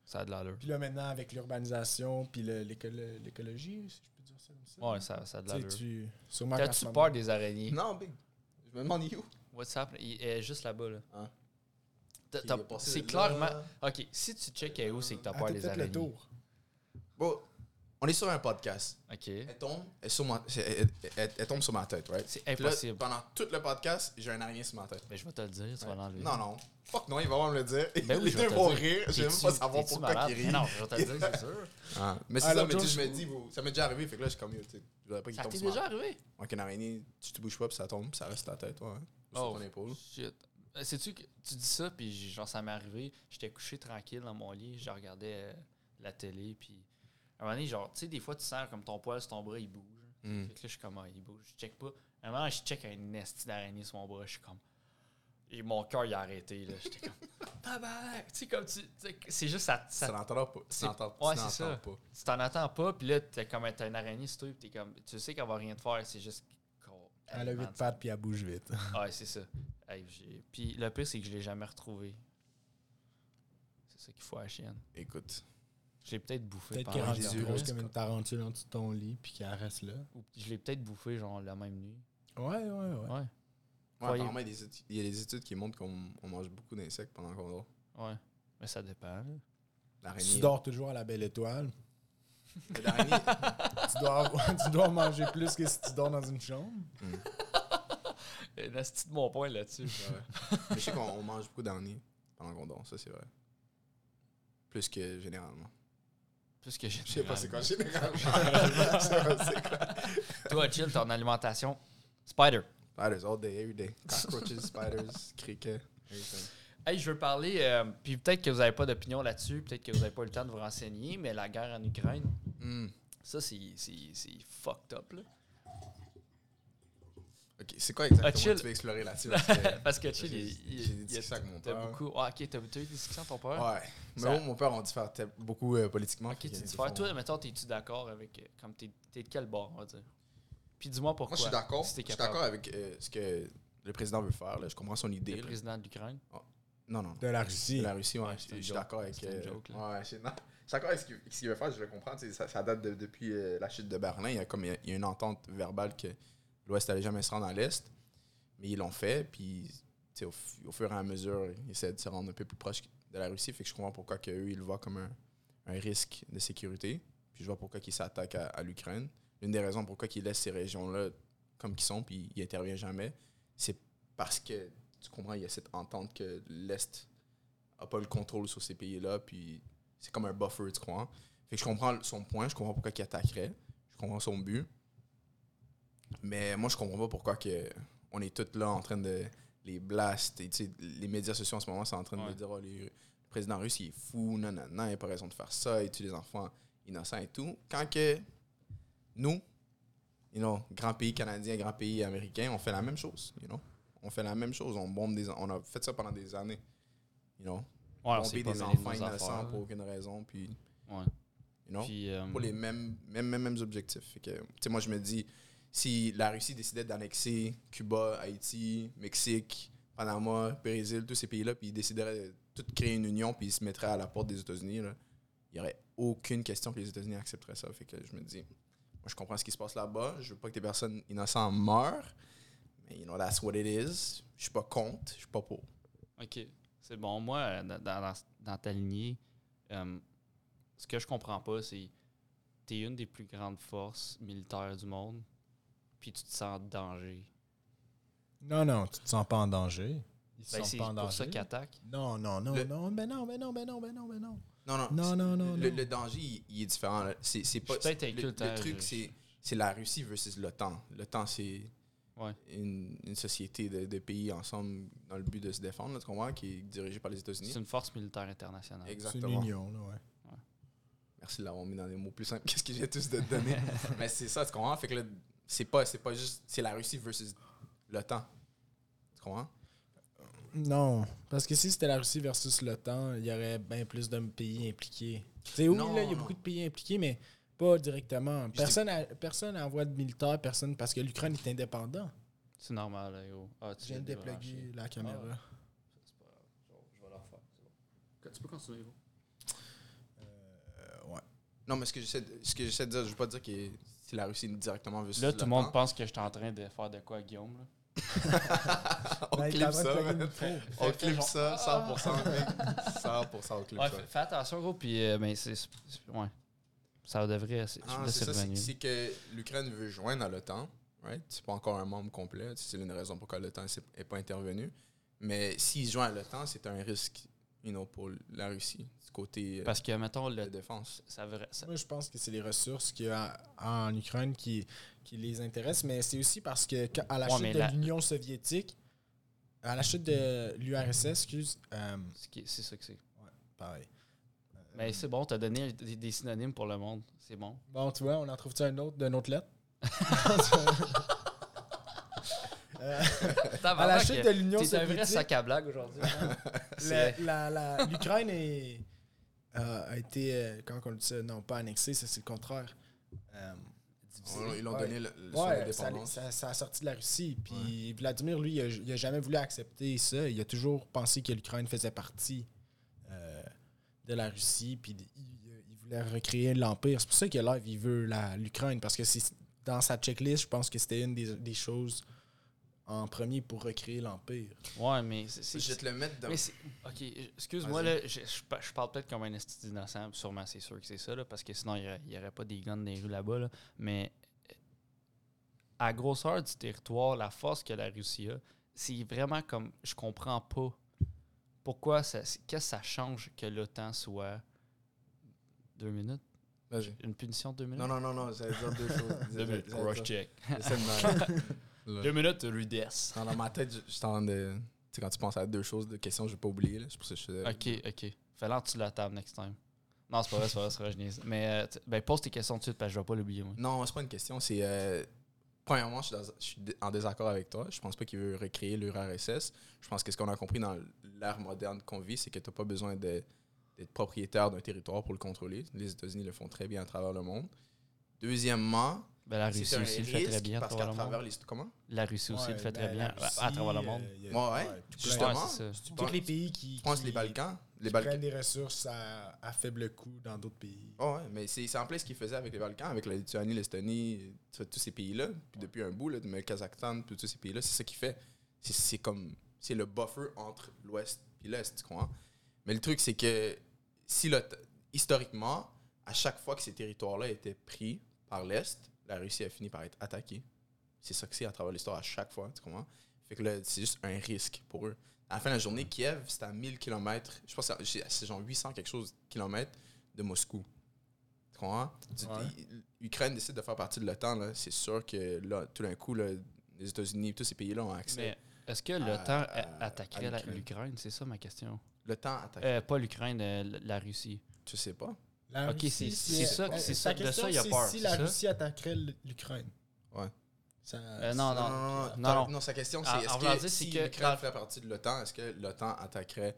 Ça a de l'allure. Puis là, maintenant, avec l'urbanisation, puis le- l'écolo- l'écologie, si je peux dire ça comme ça. Ouais, ça, ça a de Tu sais, l'allure. tu. Sûrement qu'en ce T'as-tu moment- peur des araignées? Non, big. Je me demande il est où. What's up? Il est juste là-bas, là. Ah. T'as- Il t'as- est passé C'est de là. clairement. Ok, si tu checkes où c'est que t'as Ah, peur t'as des fait le araignées. tour. Bro, on est sur un podcast. Ok. Elle tombe, elle, sur ma- c'est- elle- elle- elle tombe sur ma tête, right? C'est Puis là, impossible. pendant tout le podcast, j'ai un araignée sur ma tête. Mais je vais te le dire, tu vas l'enlever. Non, non. Fuck non, il va vraiment me le dire. Ben oui, Les je vais deux te vont le rire. Je vais même T'es-tu- pas savoir t'es-tu pourquoi malade? ils Mais rient. Non, je vais te le dire, c'est sûr. Ah, mais c'est Ah, ça, l'autre mais tu sais, jour, je me je- dis, vous- ça m'est déjà arrivé, fait que là, je suis comme, yo, tu sais, je voudrais pas qu'il Ça tombe t'est sur ma déjà tête. arrivé? Ouais, qu'une araignée, tu te bouges pas, puis ça tombe, puis ça reste sur ta tête, ouais. Ou Sur Oh. ton épaule. Shit. Euh, Sais-tu que tu dis ça, puis j- genre ça m'est arrivé, j'étais couché tranquille dans mon lit, je regardais euh, la télé, puis à un moment donné, genre, tu sais, des fois tu sens comme ton poil sur ton bras, il bouge. Hmm. Fait que là, je suis comme, ah, il bouge, je check pas. À un moment, je check un esti d'araignée sur mon bras, je suis comme. Et mon cœur, il a arrêté, là. J'étais comme, tabarnak! Tu sais, comme tu. tu sais, C'est juste, ça, Ça ça, l'entendra pas. c'est- Ça l'entend ouais, pas. c'est ça. Tu t'en attends pas, puis là, t'es comme, t'as une araignée sur toi, puis t'es comme, tu sais qu'elle va rien te faire, c'est juste. Elle a huit man, pattes puis elle bouge vite. Ouais, c'est ça. Hey, j'ai- Puis le pire, c'est que je l'ai jamais retrouvé. C'est ça qu'il faut à la chienne. Écoute, Je l'ai peut-être bouffé. Peut-être qu'elle est pendant que des je rendue yeux, dormais, grosse c'est comme une tarentule en dessous de ton lit puis qu'elle reste là. ou je l'ai peut-être bouffé genre la même nuit. Ouais, ouais, ouais. Ouais. ouais, Croyez- apparemment, il y a des études- il y a des études qui montrent qu'on on mange beaucoup d'insectes pendant qu'on dort. Ouais. Mais ça dépend. là. Tu L'araignée. dors toujours à la belle étoile. Mais l'araignée- tu, dois avoir- tu dois manger plus que si tu dors dans une chambre. Euh, Nasty de mon point là-dessus. Ouais, ouais. Mais je sais qu'on on mange beaucoup d'araignées pendant qu'on dort, ça c'est vrai. Plus que généralement. Plus que Je sais pas c'est quoi généralement. Toi, chill, ton alimentation. Spider. Spiders all day, every day. Cockroaches, spiders, criquets, everything. Hey, je veux parler, euh, puis peut-être que vous n'avez pas d'opinion là-dessus, peut-être que vous n'avez pas eu le temps de vous renseigner, mais la guerre en Ukraine, Hmm. ça, c'est c'est- c'est fucked up. Là. Ok, c'est quoi exactement Ah, chill. que tu veux explorer là-dessus? parce que- Parce que J'ai chill, il- il- j'ai il- discuté ça avec mon T'as père. beaucoup. Ah, ok, t'as t'as eu des discussions avec ton père? Ouais. Mais Ça- moi, mon père, on diffère tel- beaucoup euh, politiquement. ok, tu fait que dis des faire. fois, Toi, on- mettons, t'es-tu d'accord avec. euh, Comme t'es t'es de quel bord, on va dire? Puis dis-moi pourquoi. Moi, je suis d'accord. si Je t'es suis capable. d'accord avec euh, ce que le président veut faire. là. Je comprends son idée. Le là. président de l'Ukraine. Non, non, non. De la Russie. De la Russie, ouais. Ouais, c'est je une je suis joke. d'accord avec. C'est une euh, joke, là. ouais, je suis non, je suis d'accord avec ce qu'il ce qu'il veut faire, je le comprends. tu sais, Ça, ça date de- depuis euh, la chute de Berlin. Il y a comme il y a- il y a une entente verbale que l'Ouest allait jamais se rendre à l'Est, mais ils l'ont fait. Puis, tu sais, au, fu- au fur et à mesure, ils essaient de se rendre un peu plus proche de la Russie. Fait que je comprends pourquoi que eux, ils le voient comme un, un risque de sécurité. Puis je vois pourquoi ils s'attaquent à, à l'Ukraine. L'une des raisons pourquoi ils laissent ces régions-là comme qu'ils sont, puis ils interviennent jamais, c'est parce que tu comprends, il y a cette entente que l'Est a pas le contrôle sur ces pays-là, puis c'est comme un buffer, tu crois. Fait que je comprends son point, je comprends pourquoi il attaquerait, je comprends son but. Mais moi, je comprends pas pourquoi que on est tous là en train de les blast. Et, tu sais, les médias sociaux en ce moment sont en train Ouais. de dire oh, les- le président russe, il est fou, non, non, non, il a pas raison de faire ça, il tue les enfants innocents et tout. Quand que nous, you know, grand pays canadien, grand pays américain, on fait la même chose, you know. On fait la même chose, on bombe des... On a fait ça pendant des années, you know Ouais, on pomper s'est Ah, pas des mêlé de enfants nos innocents affaires, pour aucune raison, puis, you Ouais. know, Puis, euh, pour les mêmes, mêmes, mêmes, mêmes objectifs. Fait que, tu sais, moi, je me dis, si la Russie décidait d'annexer Cuba, Haïti, Mexique, Panama, Brésil, tous ces pays-là, puis ils décideraient de tout créer une union, puis ils se mettraient à la porte des États-Unis, là, il n'y aurait aucune question que les États-Unis accepteraient ça. Fait que je me dis, moi, je comprends ce qui se passe là-bas, je veux pas que des personnes innocentes meurent, mais, you know, that's what it is. Je suis pas contre, je suis pas pour. Ok, c'est bon. Moi, euh, dans, dans- dans- dans ta lignée, euh, ce que je comprends pas, c'est tu es une des plus grandes forces militaires du monde, puis tu te sens en danger. Non, non, tu te sens pas en danger. Ils Ben, sont c'est pas en pour ça danger. qu'ils attaquent. Non, non, non, Le- non, ben non, ben non, ben non, ben non, ben non. Non, non. Non, c'est- non, non, Le, non. le danger, il, il est différent. là. C'est, c'est pas, Je suis peut-être le, inculte, le hein, truc, je- c'est, c'est la Russie versus l'OTAN. L'OTAN, c'est Ouais. une, une société de, de pays ensemble dans le but de se défendre, là, tu comprends, qui est dirigée par les États-Unis. C'est une force militaire internationale. C'est une Exactement. union, là, ouais. Merci de l'avoir mis dans des mots plus simples qu'est-ce que j'ai tous de te donner. Mais c'est ça, tu comprends? Fait que là, c'est pas, c'est pas juste... C'est la Russie versus l'OTAN. Tu comprends? Non, parce que si c'était la Russie versus l'OTAN, il y aurait bien plus de pays impliqués. Tu sais, oui, Non, là, il y a non. beaucoup de pays impliqués, mais pas directement. dis- Personne a- personne n'envoie de militaires, personne, parce que l'Ukraine est indépendant. C'est normal, là, gros. Ah, tu Je viens de l'as débranché. dépluguer Ah. la caméra. C'est pas grave. Je- Je vais le refaire. c'est bon. Tu peux continuer, gros. ouais. Non, mais ce que j'essaie de, ce que j'essaie de dire, je veux pas dire que c'est la Russie directement versus Là, l'OTAN. tout le monde pense que je suis en train de faire de quoi, Guillaume. là. On Ben, il est clip en train de ça, plugger man. le micro. On Fait- fait clip genre, ça, ah. 100%. mec. 100% on clip Ouais, ça. fais, fais attention, gros, puis euh, ben, c'est. c'est- Ouais. Ça devrait. c'est- Ah, là, c'est ça, c'est revenu. c'est que l'Ukraine veut joindre à l'OTAN. Right? C'est pas encore un membre complet. C'est l'une des raisons pourquoi l'OTAN n'est pas intervenu. Mais s'il se joint à l'OTAN, c'est un risque you know, pour la Russie, du côté euh, Parce que, mettons, de le. défense. Ça, vrai- ça- Moi, je pense que c'est les ressources qu'il y a en Ukraine qui, qui les intéressent, mais c'est aussi parce que quand- à la Ouais, chute mais de la- l'Union soviétique, à la chute de l'URSS, excuse, euh, ce qui- c'est ça que c'est. pareil. Mais c'est bon, t'as donné des, des synonymes pour le monde. C'est bon. Bon, tu vois, on en trouve-tu un autre d'une autre lettre? Euh, à la chute de l'Union T'es un vrai soviétique, sac à blague aujourd'hui. hein. la- C'est- la- la- l'Ukraine est- euh, a été, euh, comment on dit ça, non pas annexée, ça c'est le contraire. Euh, difficile. Ils l'ont Ouais. donné le, le- son Ouais, ça, indépendance. ça- ça a sorti de la Russie. Puis Vladimir, lui, il a, il a jamais voulu accepter ça. Il a toujours pensé que l'Ukraine faisait partie euh, de la Russie. Puis il, il voulait recréer l'Empire. C'est pour ça que live, il veut la- l'Ukraine. Parce que c'est dans sa checklist, je pense que c'était une des, des choses en premier pour recréer l'Empire. Ouais, mais c'est- c'est. Je vais te le mettre dans. Mais c'est- Ok, excuse-moi, là, je, je pa- je parle peut-être comme un esti d'innocent, puis sûrement c'est sûr que c'est ça, là, parce que sinon il n'y aurait, il y aurait pas des guns dans les rues là-bas, là. mais euh, à grosseur du territoire, la force que la Russie a, c'est vraiment comme, je comprends pas pourquoi, ça- c'est- qu'est-ce que ça change que l'OTAN soit deux minutes, Vas-y. une punition de deux minutes? Non, non, non, non, j'allais dire deux choses. J'allais- j'allais rush dire- check. j'essaie de me- Deux minutes de rudesse. Dans ma tête, je- je suis en train de. Tu sais, quand tu penses à deux choses, deux questions, je vais pas oublier. là. C'est pour ça que je suis. Ok, ok. Fais-le tu la table next time. Non, c'est pas vrai, c'est pas vrai, c'est vrai, je niaise. Mais euh, t- ben, pose tes questions tout de suite, parce que je vais pas l'oublier, moi. Non, c'est pas une question. C'est. euh, Premièrement, je suis, dans- je suis dé- en désaccord avec toi. Je pense pas qu'il veut recréer l'URSS. Je pense que ce qu'on a compris dans l'ère moderne qu'on vit, c'est que tu n'as pas besoin de- d'être propriétaire d'un territoire pour le contrôler. Les États-Unis le font très bien à travers le monde. Deuxièmement, Ben, la c'est Russie un aussi le fait risque très bien à parce travers qu'à le travers monde. les... Comment? La Russie aussi le fait ben, très bien à- la à travers le Russie, monde. euh, il y a- Ouais, ouais, tout plein- ben, justement. Ouais, c'est ça. Tous penses- les pays qui, Je pense qui- les Balkans. Les qui Balkans. prennent des ressources à, à faible coût dans d'autres pays. Ah ouais, mais c'est c'est en plein ce qu'ils faisaient avec les Balkans, avec la Lituanie, l'Estonie, tu vois, tous ces pays-là. Puis depuis un bout, là, mais le Kazakhstan, puis tous ces pays-là, c'est ça qui fait. C'est- C'est comme. C'est le buffer entre l'Ouest et l'Est, tu comprends? Mais le truc, c'est que si l'OTAN- historiquement, à chaque fois que ces territoires-là étaient pris par l'Est, la Russie a fini par être attaquée. C'est ça que c'est à travers l'histoire à chaque fois, tu comprends? Fait que là, c'est juste un risque pour eux. À la fin de la journée, Kiev, c'est à 1000 km, je pense que c'est c'est genre 800 quelque chose kilomètres de Moscou. Tu comprends? Du- Ouais. l- L'Ukraine décide de faire partie de l'OTAN, là, c'est sûr que là, tout d'un coup, là, les États-Unis, tous ces pays-là ont accès. Mais est-ce que Ah, à- l'OTAN à- a- attaquerait à la- l'Ukraine. l'Ukraine C'est ça ma question. L'OTAN attaque. Euh, pas l'Ukraine, euh, l- la Russie. Tu sais pas? La Ok, c'est- c'est ça- euh, c'est ta ça- de question, ça, il y a c'est peur, Si c'est la ça? Russie attaquerait l- l'Ukraine. Ouais. Ça- Euh, non, non, non, non, Ta- non. sa question, Ah, c'est en est-ce voulant dire, que c'est si que l'Ukraine dans- ferait partie de l'OTAN, est-ce que l'OTAN attaquerait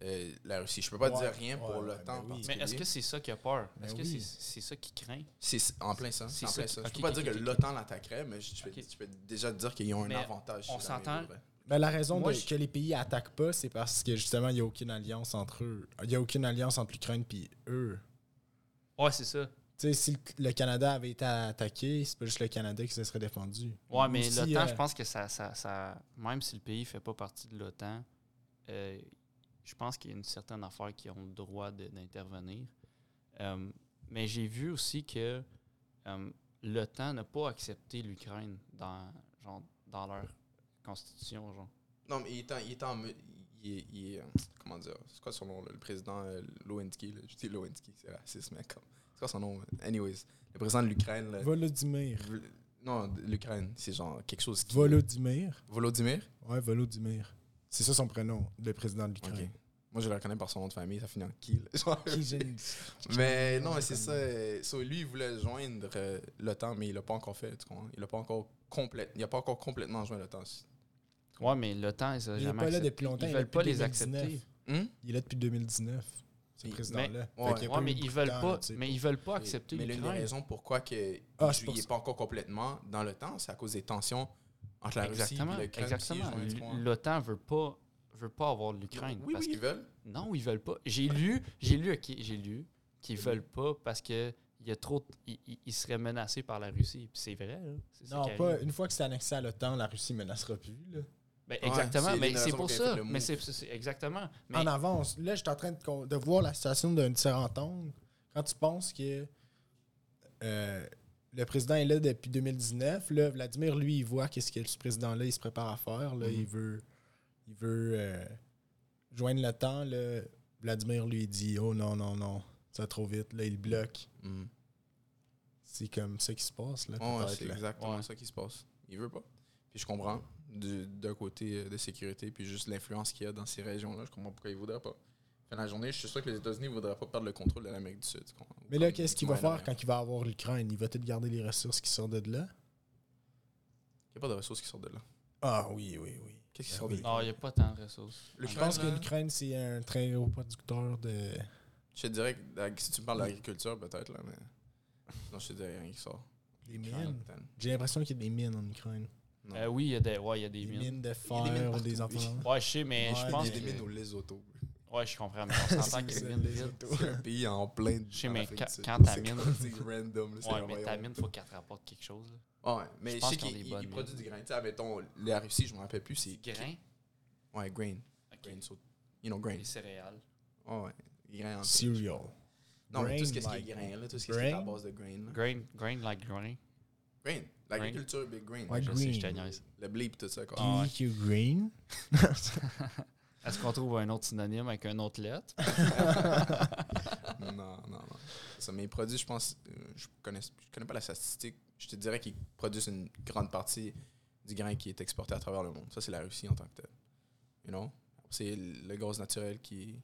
euh, la Russie? Je peux pas Ouais, dire rien pour ouais, l'OTAN. en ben oui. Mais particulier. est-ce que c'est ça qui a peur Ben Est-ce que oui. c'est c'est ça qui craint C'est c'est en plein ça. C'est C'est en ça plein qui- ça. ok, je peux pas ok, dire ok, que ok. l'OTAN l'attaquerait, mais je, je peux, Ok. je peux déjà te dire qu'ils ont un Mais avantage. on sur la s'entend- main-d'œuvre. Mais Ben, la raison Moi, de- je- que les pays attaquent pas, c'est parce que justement, il n'y a aucune alliance entre eux. Il n'y a aucune alliance entre l'Ukraine et eux. Ouais, c'est ça. Tu sais, si le, le Canada avait été attaqué, c'est pas juste le Canada qui se serait défendu. Ouais, mais Aussi, l'OTAN, euh, je pense que ça, ça, ça- Même si le pays fait pas partie de l'OTAN, euh, je pense qu'il y a une certaine affaire qui ont le droit de- d'intervenir. Euh, mais j'ai vu aussi que euh, l'OTAN n'a pas accepté l'Ukraine dans, genre, dans leur constitution. Genre. Non, mais il est en. Il est en me- il est- il est, euh, comment dire C'est quoi son nom là? Le président euh, Lewinsky. là. Je dis Lewinsky, c'est raciste, mais comme. C'est quoi son nom euh? Anyways, le président de l'Ukraine. là. Volodymyr. Vol- Non, de l'Ukraine, c'est genre quelque chose qui. Volodymyr. Volodymyr Ouais, Volodymyr. C'est ça son prénom, le président de Ok. l'Ukraine. Moi, je le reconnais par son nom de famille, ça finit en qui. là. Genre- Qui, j'ai- mais non, mais c'est ça. euh, so, lui, il voulait joindre euh, l'OTAN, mais il l'a pas encore fait. Tu comprends? Il l'a pas encore complète. Il a pas encore complètement joint l'OTAN. Ouais, mais l'OTAN, ils Il n'ont est jamais pas là accepté. depuis longtemps. Ils il est veulent là pas depuis les 2019. accepter. Hum? Il est là depuis 2019, ce Mais- ouais. président-là. Fait qu'il y a Ouais, pas mais eu beaucoup ils de veulent temps, pas. tu sais. Mais ils veulent pas Et- accepter Mais l'une des l'Ukraine. raisons pourquoi que Ah, c'est il pour n'est ça. pas encore complètement dans l'OTAN, c'est à cause des tensions entre la Exactement. Russie et l'Ukraine. Exactement. qui est jointe, tu L'OTAN veut pas veut pas avoir comprends? l'Ukraine. Oui, parce oui, ils veulent. Non, ils veulent pas. J'ai lu, j'ai lu, ok, j'ai lu qu'ils veulent pas parce que il y a trop, de- ils- ils ils seraient menacés par la Russie. Puis c'est vrai, là. C'est ça qui Non, arrive. pas une fois que c'est annexé à l'OTAN, la Russie menacera plus. là. Ben, Ouais, exactement. c'est mais l'une des c'est raisons pour qu'elle ça. fait le Mais move. c'est c'est- c'est- exactement. Mais en avance. Là, je suis en train de, con- de voir la situation d'un différent angle. Quand tu penses que euh, le président est là depuis 2019, là, Vladimir, lui, il voit qu'est-ce que ce président-là, il se prépare à faire. Là, Mm-hmm. Il veut, il veut euh, joindre le temps. Là. Vladimir, lui, il dit Oh non, non, non, ça va trop vite. Là, il bloque. Mm. C'est comme ça qui se passe. Là, Ouais, peut-être, c'est là. exactement Ouais. ça qui se passe. Il veut pas. Puis je comprends du- d'un côté euh, de sécurité, puis juste l'influence qu'il y a dans ces régions-là. Je comprends pourquoi il voudrait pas. Fin de la journée, je suis sûr que les États-Unis ne voudraient pas perdre le contrôle de l'Amérique du Sud. tu comprends? Mais là, qu'est-ce qu'il va Ouais, faire l'Amérique. quand il va avoir l'Ukraine Il va peut-être garder les ressources qui sortent de là Il n'y a pas de ressources qui sortent de là. Ah oui, oui, oui. Qu'est-ce qui Ben sort de oui. là? non, oh, il n'y a pas tant de ressources. L'Ukraine, Je pense que là, l'Ukraine, c'est un très gros producteur de. Je te dirais que euh, si tu me parles d'agriculture, peut-être, là, mais. Non, je te dirais rien qui sort. Des mines. J'ai l'impression qu'il y a des mines en Ukraine. Non. Euh, oui, il y a des, ouais, il y a des, Des mines. mines de y a des mines fer ou des partout, oui. enfants. Ouais, je sais, mais Ouais, je il y pense. Il y a des que- mines où les autos. Ouais, je comprends, mais on s'entend qu'il y a des mines vides. C'est un pays en plein. Je sais, mais Afrique quand- du Sud. quand ta C'est mine- comme- C'est random. là, c'est Ouais, vraiment mais ta voyons. mine, faut qu'elle te rapporte quelque chose. là. Ah Ouais, mais je pense sais qu'ils ont des qu'ils bonnes ils mines. produisent du grain. Tu sais, mettons, la Russie, je me rappelle plus, c'est. Grains, Ouais, grain. ok, Grain, so- you know, grain. Ah les céréales. Ouais, ouais. Grain en Cereal. Non, mais tout ce qui Grain, est like- grain, là, tout ce qui est à Grain? base de grain. là. Grain, grain like grain. Grain. L'agriculture, big grain. Ouais, Je sais, je te Green. niaise. Le blé, pis tout ça, quoi. Ah ouais. DQ Green. Est-ce qu'on trouve un autre synonyme avec un autre lettre? non, non, non. Ça, mais ils produisent, je pense, euh, je connais, je connais pas la statistique. Je te dirais qu'ils produisent une grande partie du grain qui est exporté à travers le monde. Ça, c'est la Russie en tant que telle. You know? C'est le gaz naturel qui,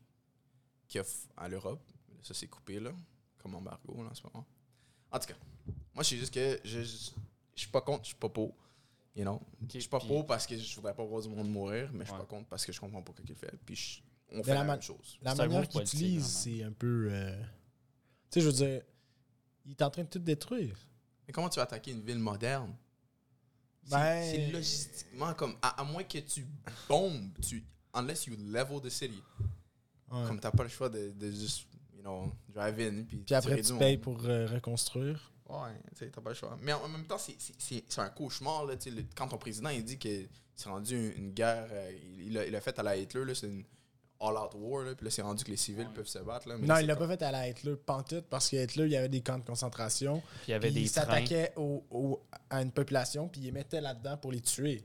qui offre à l'Europe. Ça, c'est coupé, là, comme embargo, là, en ce moment. En tout cas, moi, je suis juste que je, je, je suis pas contre, je suis pas pour. You know? Je suis pas puis- pour parce que je voudrais pas voir du monde mourir, mais je suis Ouais. pas contre parce que je comprends pas ce qu'il fait. Puis je- on De fait la la man- même chose. La C'est un manière move qu'ils politique, utilisent, vraiment. c'est un peu. euh, tu sais, je veux dire, il est en train de tout détruire. Mais comment tu vas attaquer une ville moderne? C'est- Ben- C'est logistiquement comme. À, à moins que tu bombes, tu. Unless you level the city. Ouais. Comme t'as pas le choix de, de juste, you know, drive in. Puis, Puis après, tirer tu du payes monde. pour euh, reconstruire. Ouais, tu sais, t'as pas le choix. Mais en en même temps, c'est- c'est c'est- c'est un cauchemar, là. tu sais, le- quand ton président, il dit que c'est rendu une, une guerre. euh, il il l'a il l'a fait à la Hitler, là. C'est une all-out war, là. Puis là, c'est rendu que les civils Ouais. peuvent se battre, là. mais non, c'est il l'a comme- pas fait à la Hitler pantoute parce que Hitler, il y avait des camps de concentration. Puis il y avait puis des il trains. s'attaquait au- au- à une population, puis il les mettait là-dedans pour les tuer.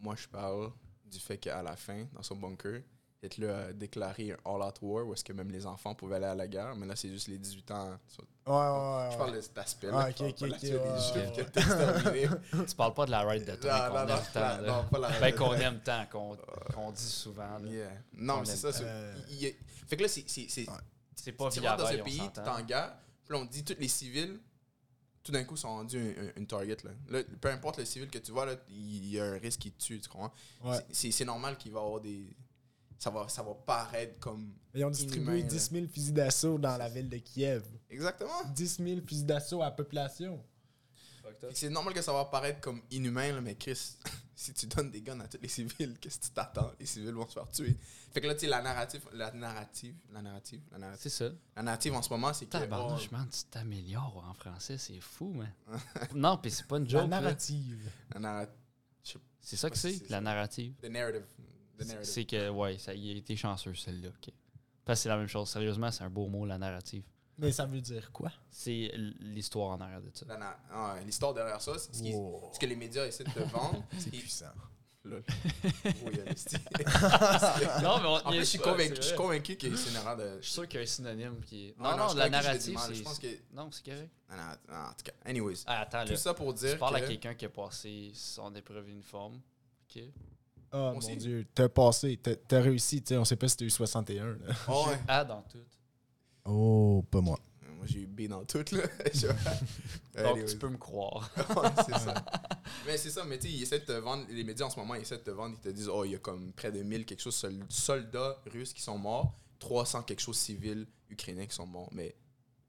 Moi, je parle du fait qu'à la fin, dans son bunker, Hitler a déclaré un all-out war où est-ce que même les enfants pouvaient aller à la guerre, mais là, c'est juste les 18 ans. So- Ouais, ouais, ouais. Je ouais. parle de cet aspect-là. Ah, je parle ok, pas ok, de ok, la tuerie ouais, juive ouais, qui a ouais. été exterminée. Tu parles pas de la ride de train Non, qu'on non, aime non, tant. la- là. non, pas la- Ben, qu'on aime tant, qu'on qu'on dit souvent. là. Yeah. Non, Qu'on mais c'est aime ça. c'est- Euh. il- il- Fait que là, c'est- c'est. c'est- Ouais. C'est pas Tu viable, rentres dans un on pays, t'es s'entend. en guerre, puis là, on dit tous les civils, tout d'un coup, sont rendus un- un- une target. Là. Là, peu importe le civil que tu vois, là, il y a un risque qui te tue, tu comprends? Ouais. C'est- C'est c'est normal qu'il va y avoir des. Ça va, ça va paraître comme. Ils ont distribué Inhumain, 10 000 fusils d'assaut dans la ville de Kiev. Exactement. 10 000 fusils d'assaut à la population. Fait que C'est normal que ça va paraître comme inhumain, là, mais Chris, si tu donnes des guns à tous les civils, qu'est-ce que tu t'attends? Les civils vont se faire tuer. Fait que là, tu sais, la narrative, la narrative, la narrative, la narrative, C'est ça. la narrative en ce moment, c'est que. Tabarnouche, oh, man, tu t'améliores en français, c'est fou, man. non, puis c'est pas une La joke. là. narrative. la narrative. C'est ça que c'est, C'est la ça. narrative. The narrative. The C'est- narrative. C'est que, ouais, ça, il a été chanceux, celle-là. ok. Parce que c'est la même chose. Sérieusement, c'est un beau mot, la narrative. Mais ça veut dire quoi? C'est l- l'histoire en arrière de ça. La na- ah, L'histoire derrière ça, c'est ce, qui- Wow. ce que les médias essaient de te vendre. C'est Et- puissant. Lol. Oui, euh, c'est- Non, mais on- en plus, je suis c'est convaincu, vrai. je suis convaincu que c'est une erreur de. Je suis sûr qu'il y a un synonyme qui est. Ouais, Non, non, je la suis convaincu que je l'ai dit narrative, mal. c'est. Je pense que. Non, c'est correct. Non, non, non, en tout cas, anyways. Ah, attends, Tout là. ça pour Tu dire. parles à que- quelqu'un qui a passé son épreuve uniforme. OK. Oh Moi mon aussi. dieu, t'as passé, t'as- t'as réussi, tu sais, on sait pas si t'as eu 61. là. Ah ouais. Ah, dans tout. Oh, pas moi. Euh, Moi, j'ai eu B dans tout, là. Je- Donc, Anyways. tu peux me croire. Ouais, c'est ça. Mais c'est ça, mais tu sais, ils essaient de te vendre, les médias en ce moment, ils essaient de te vendre, ils te disent, oh, il y a comme près de 1000 quelque chose sol- soldats russes qui sont morts, 300 quelque chose civils ukrainiens qui sont morts. Mais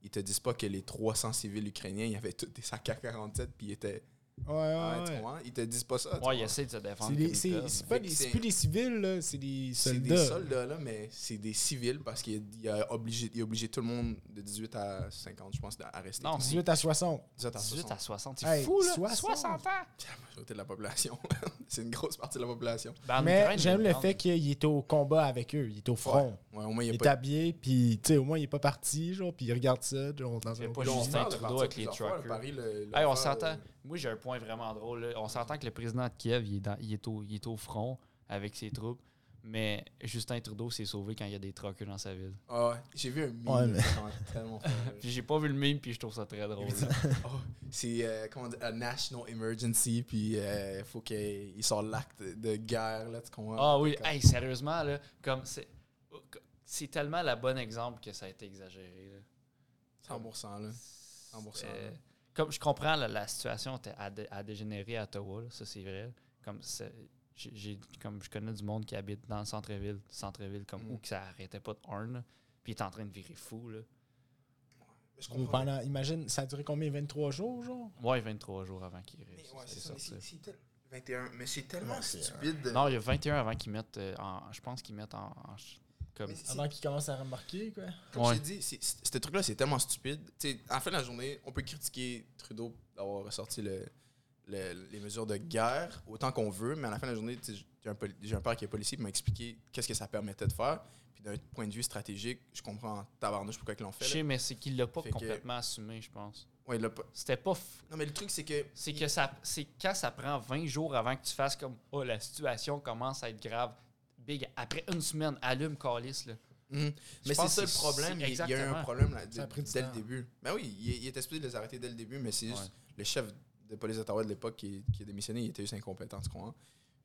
ils te disent pas que les 300 civils ukrainiens, ils avaient tous des sacs à 47 puis ils étaient. Ouais, Ouais, Ah, ouais, tu ouais. comprends? Ils te disent pas ça. tu Ouais, il comprends? essaie de se défendre. C'est des- comme ils C'est peuvent, c'est mais- pas Fait que des- c'est- c'est plus des civils, là, c'est des C'est soldats. des soldats, là, mais c'est des civils parce qu'il il a, obligé, il a obligé tout le monde de 18 à 50, je pense, à rester. Non, 18 à 60. 18 à 18 à 60. C'est Hey, fou, là. 60. 60 ans. La majorité de la population. c'est une grosse partie de la population. Ben, en Mais Ukraine, j'aime il y a le une fait grande- qu'il est au combat avec eux, il est au front. Ouais, au moins, il Il n'y a est pas habillé, puis tu sais, au moins il est pas parti, genre, puis il regarde ça, genre, dans Il y un a pas Ils l'ont Justin offert de Trudeau partir avec les plusieurs fois, le truckers. Paris, le- le Hey, on offert, s'entend. euh, Moi, j'ai un point vraiment drôle. là. On s'entend que le président de Kiev, il est, dans- il est au, il est au front avec ses troupes. Mais Justin Trudeau s'est sauvé quand il y a des truckers dans sa ville. ah ouais, j'ai vu un meme. Ouais, mais- ça m'a tellement fait rire. Puis j'ai pas vu le meme, puis je trouve ça très drôle. Oh, c'est euh, comment dire, a national emergency, puis il faut qu'il sorte l'acte de guerre là, tu comprends? Ah oui, Comme- hey, sérieusement, là, comme c'est, c'est tellement la bonne exemple que ça a été exagéré. là. 100% là. 100%, Euh, là. comme je comprends, la, la situation était- a, dé- a dégénéré à Ottawa, là, ça c'est vrai. Comme, c'est- j'ai, j'ai- comme je connais du monde qui habite dans le centre-ville, centre-ville comme Mm. où que ça arrêtait pas de horn, là, puis il est en train de virer fou. Là. Je Ou comprends. pendant, imagine, ça a duré combien 23 jours, genre Ouais, 23 jours avant qu'il Mais réussisse ouais, à c'est ça. mais sortir. c'est- c'est tel- 21. Mais c'est tellement 21. stupide. de- Non, il y a 21 avant qu'ils mettent euh, en. Je pense qu'ils mettent en. en ch- comme, Mais c'est- Avant qu'ils commencent à remarquer, quoi. Comme Ouais. je t'ai dit, c'est- c'est- ce truc-là, c'est tellement stupide. Tu sais, à la fin de la journée, on peut critiquer Trudeau d'avoir ressorti le- le- les mesures de guerre autant qu'on veut, mais à la fin de la journée, tu sais, j'ai un, poli- j'ai un père qui est policier qui m'a expliqué qu'est-ce que ça permettait de faire. Puis d'un point de vue stratégique, je comprends en tabarnouche pourquoi ils l'ont je fait. sais, mais c'est qu'il l'a pas Fait que- complètement assumé, je pense. là. Ouais, il l'a pas- C'était pas. f- Non, mais le truc, c'est que. C'est il- que ça. C'est quand ça prend 20 jours avant que tu fasses comme. Oh, la situation commence à être grave. Big, après une semaine, allume Calis, là. Mhm. Je Mais c'est pense ça que le problème. c'est- Il y a- il y a eu un exactement. problème là, Ça a pris de- du dès le temps. début. Ben oui, il, il était supposé les arrêter dès le début, mais c'est juste Ouais. le chef de police d'Ottawa de l'époque qui, qui a démissionné, il était juste incompétent, tu comprends?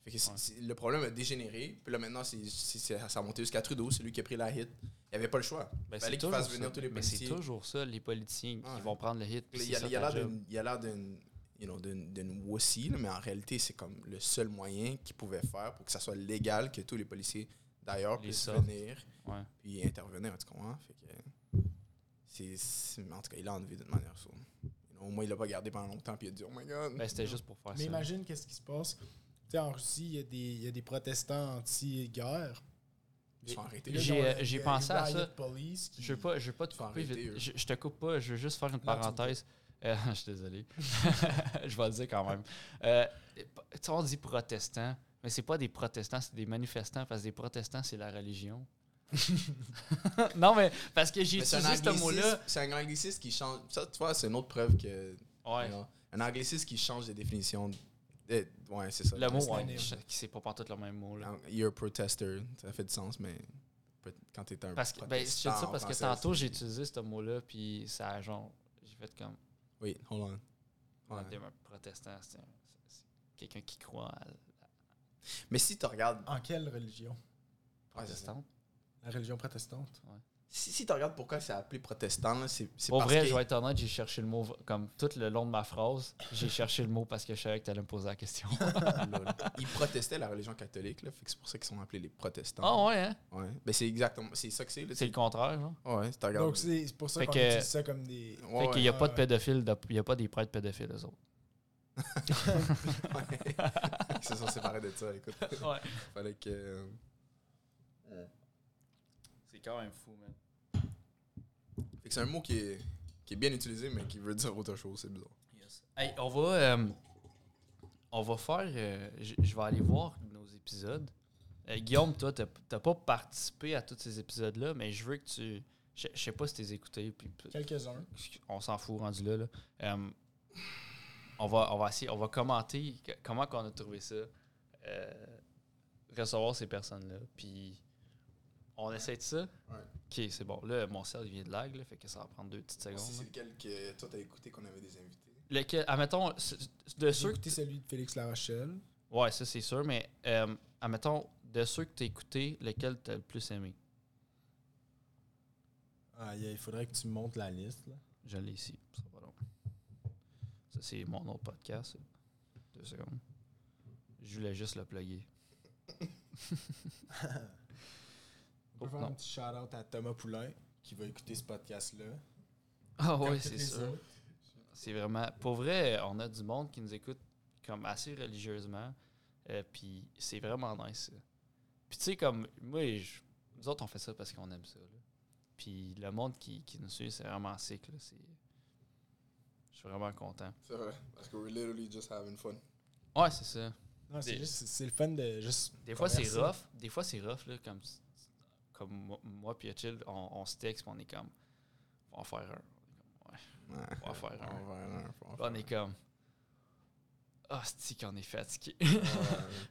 Fait que c'est- Ouais. c'est- le problème a dégénéré. Puis là, maintenant, c'est c'est- c'est- ça a monté jusqu'à Trudeau. C'est lui qui a pris la hit. Il avait pas le choix. Ben, fallait c'est qu'il toujours fasse ça. venir tous les Mais c'est policiers. toujours ça, les politiciens Ouais. qui vont prendre le hit. puis Il c'est y a ça il y a ta l'air job. d'une- il y a l'air d'une you know, d'une- d'une wussy, là, mais en réalité, c'est comme le seul moyen qu'il pouvait faire pour que ça soit légal que tous les policiers d'ailleurs Les puissent sortent. venir Ouais. puis intervenir, tu comprends? hein, Fait que c'est- c'est- mais en tout cas, il l'a enlevé d'une manière sûre. Au moins, il l'a pas gardé pendant longtemps, puis il a dit « Oh my God! Ben, c'était juste pour faire Mais ça. imagine qu'est-ce qui se passe. Tu sais, en Russie, il y a des- il y, a des protestants anti-guerre. Ils se sont arrêtés. Là, là. J'ai- euh, genre, il y a j'ai les pensé à riot ça. police qui- Je veux pas, je veux pas te Faut couper arrêter, vite. eux. Je, je te coupe pas, je veux juste faire une tu me parenthèse. Euh, je suis désolé. je vais le dire quand même. Euh, tu sais, on dit protestants, mais c'est pas des protestants, c'est des manifestants, parce que des protestants, c'est la religion. non, mais parce que j'ai Mais c'est un utilisé ce mot-là. anglicisme- c'est un anglicisme qui change. Ça, tu vois, c'est une autre preuve que. Ouais, you know, un anglicisme qui change les définitions. Eh, ouais, c'est ça. le mot, C'est un- ouais, anonyme. je- c'est pas partout le même mot. Là. You're a protester. Ça fait du sens, mais peut- quand t'es un. Parce que, ben, je dis ça protestant parce que français, tantôt, c'est- j'ai utilisé ce mot-là, puis ça a genre. J'ai fait comme. Wait, hold on. Ouais. Ouais. Un protestant, c'est un- c'est quelqu'un qui croit à la Mais si tu regardes. En quelle religion protestante. La religion protestante. Si, si tu regardes pourquoi c'est appelé protestant, là, c'est c'est Pour parce vrai, que- je vais être honnête, j'ai cherché le mot, comme tout le long de ma phrase, j'ai cherché le mot parce que je savais que tu allais me poser la question. Lol. Ils protestaient la religion catholique, là, fait que c'est pour ça qu'ils sont appelés les protestants. Ah ouais, hein? ouais. Ben, c'est exactement, c'est ça que c'est. là, C'est le contraire, genre. c'est- Ouais, c'est Donc, c'est c'est pour ça Fait qu'on que- utilise ça comme des. Ouais, fait qu'il n'y a ouais, pas de ouais. pédophiles, de- il n'y a pas des prêtres pédophiles, eux autres. ouais. Ils se sont séparés de ça, écoute. Ouais. Fallait que. C'est quand même fou, man. Fait que c'est un mot qui est, qui est bien utilisé, mais qui veut dire autre chose, c'est bizarre. Hey, on va. euh, on va faire. euh, je je vais aller voir nos épisodes. Euh, Guillaume, toi, t'as t'as pas participé à tous ces épisodes-là, mais je veux que tu. Je je sais pas si t'es écouté. Puis, Quelques-uns. on s'en fout rendu là. là. Euh, on, va, on va essayer, on va commenter que- comment qu'on a trouvé ça. euh, recevoir ces personnes-là. Puis on essaie de ça. Ouais. Ok, c'est bon. Là, mon cerveau vient de lag, là, fait que ça va prendre deux petites secondes. Si c'est là. lequel que toi t'as écouté qu'on avait des invités. Lequel, admettons, c- c- de J'ai ceux que écouté celui de Félix Larochelle. Ouais, ça c'est sûr, mais euh, admettons, de ceux que t'as écouté, lequel t'as le plus aimé? Ah, il faudrait que tu montes la liste. là. Je l'ai ici. Ça va long. Ça, c'est mon autre podcast. ça. Deux secondes. Je voulais juste le plugger. On peut Oh, faire non. un petit shout-out à Thomas Poulain qui va écouter ce podcast-là. Ah Comme ouais, tous c'est les sûr. autres. C'est vraiment. Pour vrai, on a du monde qui nous écoute comme assez religieusement. euh, Puis c'est vraiment nice. ça. Puis tu sais, comme moi, je- nous autres, on fait ça parce qu'on aime ça. là. Puis le monde qui, qui nous suit, c'est vraiment sick. là. C'est- Je suis vraiment content. C'est vrai, parce que we're literally just having fun. Ouais, c'est ça. Non, c'est Des- juste, c'est le fun de juste. Des fois, c'est converser. rough. Des fois, c'est rough, là, comme, comme moi- moi puis Chill, on, on se texte, puis on est comme, on va en faire un. Ouais. On va en faire un. On va faire un, on Puis va on est faire comme, ah, c'est qu'on est fatigué. un. Ouais.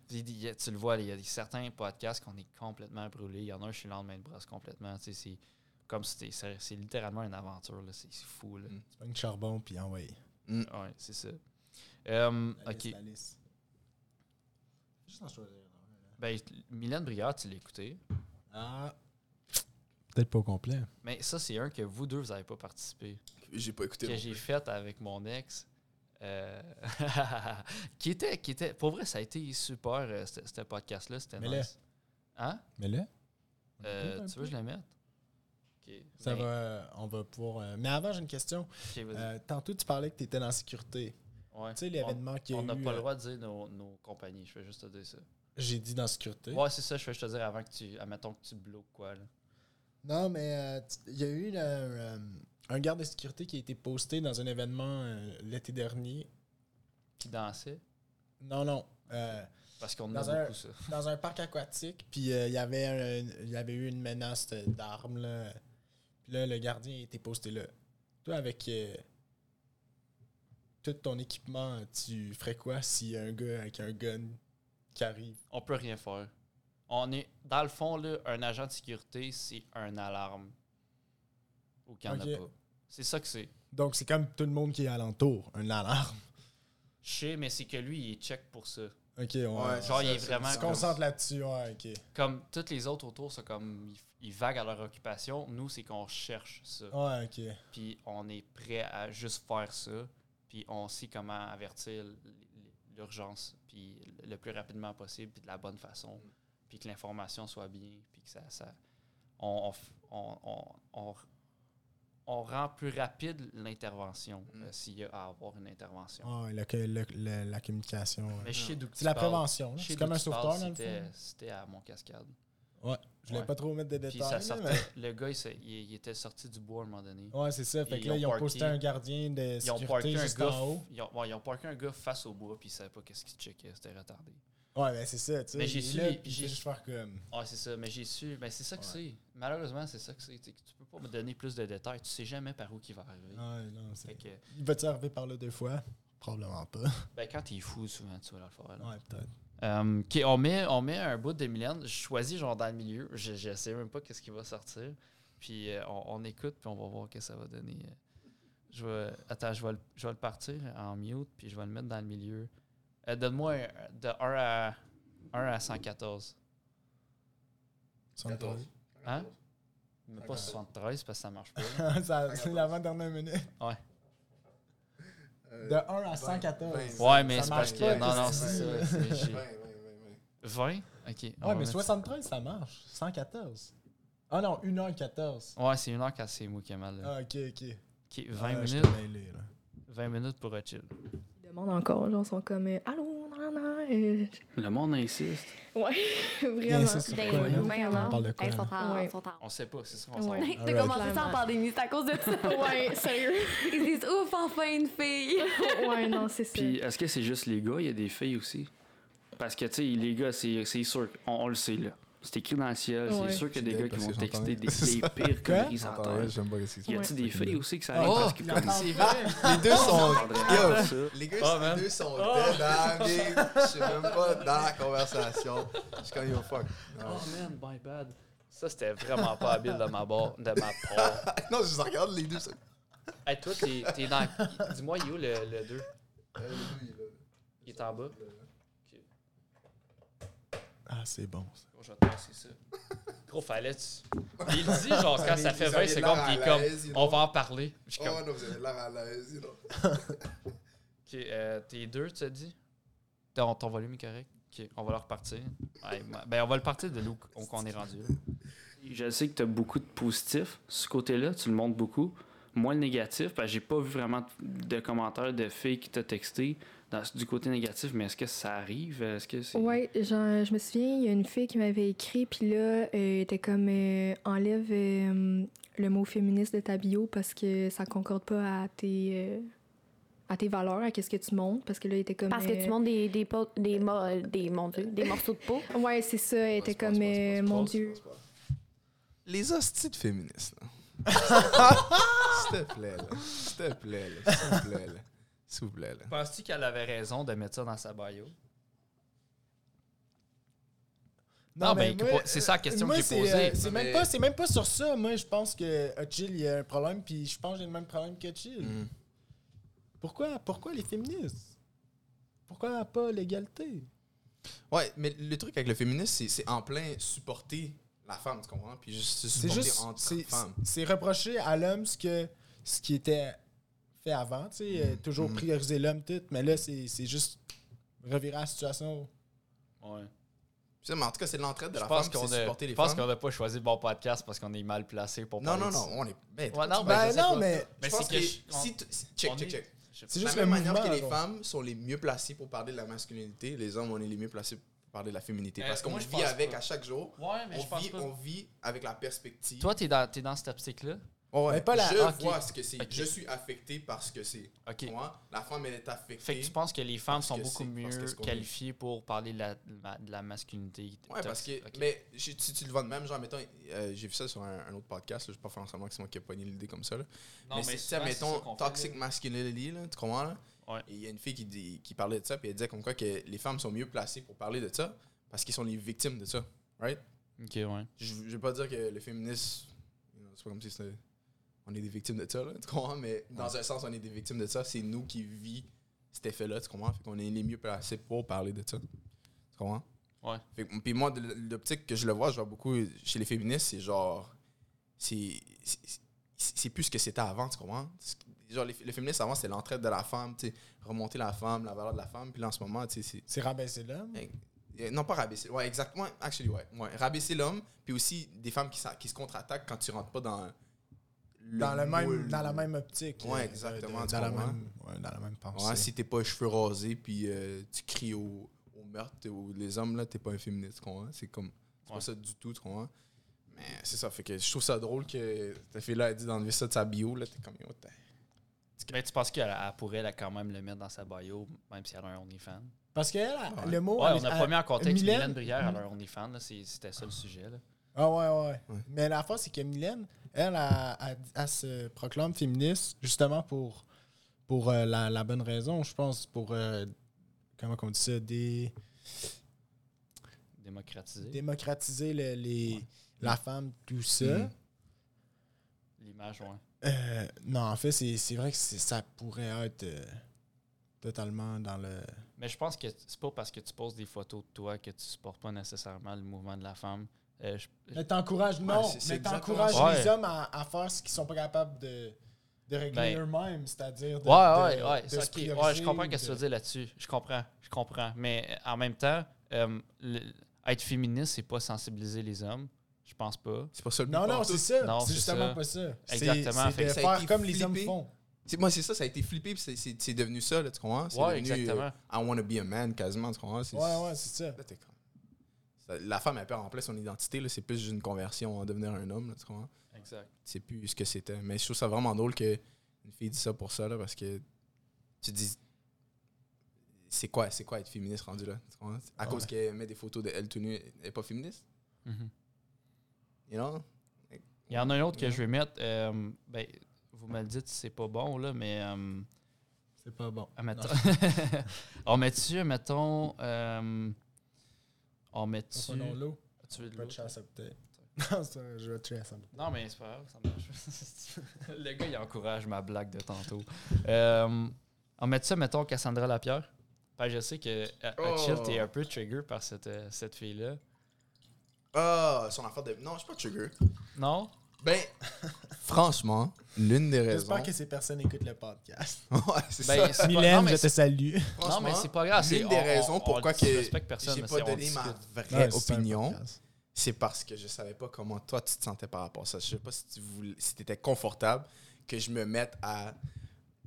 Puis il y a- tu le vois, il y a des- certains podcasts qu'on est complètement brûlés. Il y en a un, je suis le lendemain de brosse complètement. Tu sais, c'est comme si t'es- c'est c'est littéralement une aventure, là. C'est c'est fou, là. Mm. Tu pognes le charbon puis envoyé. Ouais, c'est ça. Euh, La ok. liste, hein. la liste. Juste en choisir. un, là. Ben, Mylène Briard, tu l'as écouté. Ah. Peut-être pas au complet. Mais ça, c'est un que vous deux, vous n'avez pas participé. J'ai pas écouté. que non j'ai plus. faite avec mon ex. euh, qui était qui était pour vrai ça a été super euh, ce ce podcast là c'était Mets-le. nice hein Mais là. Euh, tu veux que je la mette OK. Ça Ben, va, on va pouvoir. euh, mais avant, j'ai une question. ok, vas-y. Euh, tantôt, tu parlais que tu étais dans la sécurité. Ouais. Tu sais, l'événement qu'il y a On n'a eu, pas euh, le droit de dire nos, nos compagnies, je vais juste te dire ça. J'ai dit dans la sécurité. Ouais, c'est ça, je vais juste te dire avant que tu. Admettons que tu bloques quoi, là. Non, mais euh, tu- il y a eu là, euh, un garde de sécurité qui a été posté dans un événement euh, l'été dernier. Qui dansait. Non, non. euh, Parce qu'on en Dans a un- beaucoup ça. dans un parc aquatique, puis euh, il y avait un- il y avait eu une menace de- d'armes. là. Puis là, le gardien a été posté là. Toi, avec euh, tout ton équipement, tu ferais quoi si un gars avec un gun qui arrive? On peut rien faire. On est. Dans le fond, là, un agent de sécurité, c'est un alarme. Ou qu'il n'y en Ok. a pas. C'est ça que c'est. Donc, c'est comme tout le monde qui est alentour, un alarme. Je sais, mais c'est que lui, il est check pour ça. OK, ouais. Genre, Ouais, il c'est ça, est c'est- vraiment. Tu te concentres là-dessus, ouais, OK. Comme toutes les autres autour, c'est comme ils, ils vaguent à leur occupation. Nous, c'est qu'on cherche ça. Ouais, OK. Puis on est prêt à juste faire ça. Puis on sait comment avertir l- l- l'urgence, puis le plus rapidement possible, puis de la bonne façon. Puis que l'information soit bien, puis que ça. ça on, on f- on, on- on- on rend plus rapide l'intervention Mm. euh, s'il y a à avoir une intervention. Ouais, le- le- le- la communication. ouais. Mais je sais d'où que C'est tu la parles. prévention. là. Je sais C'est d'où comme un tu parles, sauveteur, dans le fond. c'était- C'était à mon cascade. Ouais, je voulais Ouais. pas trop mettre de Puis ça détails. là, sortait- mais- le gars, il, s'est- il- il était sorti du bois à un moment donné. Ouais, c'est ça. Fait Ils que là, ont ils ont parké- posté un gardien de Ils ont sécurité parké un juste gars. en haut. Ils ont, ouais, ils ont parké un gars face au bois, puis ils savaient pas qu'est-ce qu'il checkait. C'était retardé. Ouais, mais c'est ça, tu sais. Mais j'ai il est su là, les- puis il j'ai- fait juste faire comme. Ouais, c'est ça. Mais j'ai su. Mais c'est ça que Ouais. c'est. Malheureusement, c'est ça que c'est. Tu sais, Tu peux pas me donner plus de détails. Tu sais jamais par où qui va arriver. Ouais, non, Fait c'est- que, Il va-tu arriver par là deux fois Probablement pas. ben, quand t'es fou, souvent, tu vas dans le forêt. là. Ouais, peut-être. Euh, ok, on, met, on met un bout de Mylène. Je choisis genre dans le milieu. Je, je sais même pas qu'est-ce qui va sortir. Puis euh, on, on écoute, puis on va voir qu'est-ce que ça va donner. Euh, Je vais, attends, je vais, le, je vais le partir en mute, puis je vais le mettre dans le milieu. Euh, Donne-moi un- de 1 à, 1 à 114. Hein? Mais pas 73 parce que ça marche pas. Ça- c'est l'avant-dernière minute. De 1 Ben, à Ah, 114. Euh, vingt, Ouais, Ouais, mais ça c'est marche parce pas, que. Non, non, c'est qu'est-ce ça. que c'est- j'ai- 20. 20 Ok. on va mais mettre- 73, ça marche. 114. Ah non, 1h14. Ouais, c'est une heure quand c'est moi qui ai mal. là. Ah, ok, ok. Ok, 20 Ah, j'étais minutes. mêlé, là. 20 minutes pour un chill. Ils demandent encore, genre, ils sont comme euh, Allô, nan, nan, nan, euh, Le monde insiste. Ouais, Bien, vraiment. ça, c'est Ben, quoi, là? ben alors. On parle de quoi, hein? Hey, là? sont en- Ouais. sont en- On sait pas, c'est ça qu'on Ouais. s'en va. T'as commencé ça en Clairement. pandémie, c'est à cause de ça. ouais, sérieux. Ils disent ouf, enfin une fille. ouais, non, c'est ça. Puis est-ce que c'est juste les gars, il y a des filles aussi? Parce que, tu sais, les gars, c'est c'est sûr, on, on le sait, là. C'est écrit dans le ciel, Ouais. c'est sûr qu'il y a C'est dead des gars qui parce vont que j'entends texter rien. des, des pires Quoi? conneries en terre. J'aime pas ce qui Y a-tu Ouais. des filles aussi qui Oh! s'arrêtent parce que comme C'est vrai! Les deux Ah, sont. André, ça? Les gars, Ah, les man. deux sont dead, hein, mais Je suis même pas dans la conversation. Je suis comme yo fuck. Oh man, my bad. Ça, c'était vraiment pas habile de ma, bord, de ma part. Non, je les regarde les deux. ça- Hey, toi, t'es t'es dans. Dis-moi, il est où le, le 2 Euh, lui, là. Il est en bas. Ah, c'est bon. ça. Gros, je vais te passer ça. Gros, fallait. tu- Il dit, genre, quand ça fait Vous 20 auriez secondes, l'air puis il est à comme. l'aise, you On know. va en parler. Je suis comme. Oh non, vous avez l'air à l'aise, you know. Ok, euh, t'es deux, tu as dit? Ton, ton volume est correct? Ok, on va le repartir. Ouais, ma- ben, on va le partir de l'où qu'on qu'on est rendu. là. Je sais que t'as beaucoup de positifs. Ce côté-là, tu le montres beaucoup. Moi, le négatif, parce que j'ai pas vu vraiment de commentaires de filles qui t'ont texté dans, du côté négatif, mais est-ce que ça arrive? Est-ce que c'est. Ouais, genre, je me souviens, il y a une fille qui m'avait écrit, puis là, euh, elle était comme euh, enlève euh, le mot féministe de ta bio parce que ça concorde pas à tes, euh, à tes valeurs, à qu'est-ce que tu montres. Parce que là, il était comme. Parce que euh, tu montes des, des, po- des, mo- euh, des, mon Dieu, des morceaux de peau. Ouais, c'est ça, elle était Passe, passe, comme. passe, euh, passe, Mon passe, Dieu. passe, passe. Les hosties de féministes, là. S'il te plaît, là. S'il te plaît, là. S'il vous plaît, là. S'il vous plaît, là. Penses-tu qu'elle avait raison de mettre ça dans sa bio? Non, mais que- moi, c'est ça la question moi, que j'ai c'est, posée. euh, c'est, Non, même mais- pas, c'est même pas sur ça. Moi, je pense que Hutchil, il y a un problème, puis je pense que j'ai le même problème que Hutchil. Mm. Pourquoi, pourquoi les féministes Pourquoi pas l'égalité Ouais, mais le truc avec le féminisme, c'est- c'est en plein supporter la femme, tu comprends? Puis juste se C'est supporter juste. entre C'est, femmes. c'est reprocher à l'homme ce, que, ce qui était fait avant, tu sais, euh, toujours Mm. prioriser l'homme, tout. Mais là, c'est, c'est juste revirer la situation. Ouais. Puis ça, mais en tout cas, c'est de l'entraide de Je la pense femme, qu'on c'est de a, supporter je les pense femmes. qu'on n'a pas choisi le bon podcast parce qu'on est mal placé pour Non, parler non, de non, ça. on est bête. Ouais, non, ben, Ben je sais non, pas. mais Ben, je pense c'est que que, je- on- si tu- si- check, on check, est- check. je- c'est De la juste même le manière mouvement. que les genre. femmes sont les mieux placées pour parler de la masculinité, les hommes, on est les mieux placés pour parler de la féminité. Euh, parce qu'on moi, je vit pense avec pas. à chaque jour. Ouais, mais je On pense vit, pas. on vit avec la perspective. Toi, t'es dans, t'es dans cette optique-là. Ouais, ouais. Mais pas la- Je ok. vois ce que c'est. Ok. Je suis affecté par ce que c'est. OK. Moi, la femme, elle est Fait affectée. que tu penses que les femmes Parce sont que beaucoup c'est- parce que mieux c'est qu'on est. qualifiées pour parler de la, de la- de la masculinité. Ouais, parce que. toxique. Ok. Mais je- si tu le vends de même, genre, mettons, euh, j'ai vu ça sur un, un autre podcast, là, je ne pas faire semblant que c'est moi qui ai pogné l'idée comme ça. là. Non, mais c'est ça, souvent, mettons, ça qu'on fait, toxic là. masculinity, là, tu comprends, là? Ouais. Et il y a une fille qui, dit, qui parlait de ça, puis elle disait comme quoi que les femmes sont mieux placées pour parler de ça, parce qu'ils sont les victimes de ça, right? Ok, ouais. Je ne vais pas dire que le féminisme, you know, c'est pas comme si c'était- on est des victimes de ça, là, tu comprends? Mais dans un sens, on est des victimes de ça, c'est nous qui vit cet effet-là, tu comprends? Fait qu'on est les mieux placés pour parler de ça, tu comprends? Ouais. Fait que- puis moi, de l'optique que je le vois, je vois beaucoup chez les féministes, c'est genre, c'est c'est- c'est- c'est plus ce que c'était avant, tu comprends? C'est- Genre, les, le féminisme avant, c'était l'entraide de la femme, tu sais, remonter la femme, la valeur de la femme, puis là, en ce moment, tu sais, c'est C'est rabaisser l'homme. euh, Non, pas rabaisser. Ouais, exactement. Actually, ouais. ouais. Rabaisser l'homme, puis aussi des femmes qui, sa- qui se contre-attaquent quand tu rentres pas dans le Dans, le même, moule. dans la même optique. Ouais, euh, de- exactement, de- tu dans, la comprends? même, ouais, dans la même pensée. Ouais, si t'es pas cheveux rasés, puis euh, tu cries au, au meurtre t'es- ou les hommes, là, t'es pas un féministe, tu comprends? C'est comme. C'est Ouais. pas ça du tout, tu comprends? Mais c'est ça. Fait que je trouve ça drôle que ta fille-là a dit d'enlever ça de sa bio, là. T'es comme, yo, t'es- Mais tu penses qu'elle elle pourrait elle, quand même le mettre dans sa bio, même si elle a un OnlyFans? Parce que elle, Ouais. le mot. Ouais, elle- on n'a elle- pas mis en contexte Mylène- Mylène, Brière à Mhm. leur OnlyFans. là, c'est- C'était ça le sujet. Là. Ah ouais, ouais, Ouais. Mais la fois, c'est que Mylène, elle, elle, elle- elle se proclame féministe justement pour, pour euh, la, la bonne raison, je pense, pour, euh, comment on dit ça, des, Démocratiser démocratiser le- les, la femme, tout ça. Mhm. l'image, ouais. Euh, non, en fait, c'est c'est vrai que c'est- ça pourrait être euh, totalement dans le... Mais je pense que c'est pas parce que tu poses des photos de toi que tu supportes pas nécessairement le mouvement de la femme. Euh, je- Mais t'encourages, Ouais, non, c'est- c'est mais exactement t'encourages ça. les Ouais. hommes à, à faire ce qu'ils sont pas capables de, de régler Ben, eux-mêmes, c'est-à-dire de, Ouais, ouais, de- ouais. de ça, se ok. prioriser Ouais, je comprends ou ce que tu de- veux dire là-dessus. Je comprends. Je comprends. Mais euh, en même temps, euh, le- être féministe, c'est pas sensibiliser les hommes. Je pense pas. C'est pas ça le but Non, non, pantoute. c'est ça. Non, c'est c'est justement ça. pas ça. C'est- Exactement. C'est Fait de que ça a faire été comme les hommes flippé. font. C'est- Moi, c'est ça, ça a été flippé, puis c'est- c'est c'est devenu ça, là, tu comprends? C'est Ouais, devenu, euh, exactement. I wanna be a man, quasiment, tu comprends? C'est- Ouais, ouais, c'est ça. Là, t'es comme- Ça- La femme, elle perd en plein son identité. là. C'est plus juste une conversion en devenir un homme. là, tu comprends? Exact. C'est plus ce que c'était. Mais je trouve ça vraiment drôle que une fille dise ça pour ça, là, parce que tu te dis. C'est quoi, c'est quoi être féministe rendu là? tu comprends? Ah À cause qu'elle met des photos de elle tout nue, elle n'est pas féministe? Mm-hmm. Mhm. You know? Il y en a un autre que je vais mettre. euh, ben, vous me le dites si c'est pas bon, là, mais. euh, C'est pas bon. Ah, mettons- on met-tu, mettons. euh, on met-tu. On va dans l'eau. Tu veux de Pas l'eau? de chance à peut-être. Non, ça, je vais tuer à ça. Non, mais c'est pas grave, ça marche. Le gars, il encourage ma blague de tantôt. Euh, on met ça, mettons, Cassandra Lapierre. Parce que je sais que à- à Chill, Oh. t'es un peu trigger par cette, euh, cette fille-là. Ah, son affaire de. Non, je suis pas trigger. Non? Ben, franchement, l'une des raisons. J'espère que ces personnes écoutent le podcast. Ouais, c'est ça. Ben, c'est pas- non, Mylène, mais je te c'est- salue. non, Franchement, mais c'est pas grave. c'est- L'une des on- on- raisons on pourquoi que disrespecte personne, j'ai mais pas c'est- on donné ma discute. vraie opinion, c'est parce que je savais pas comment toi tu te sentais par rapport à ça. Je sais pas si tu voulais, si étais confortable que je me mette à,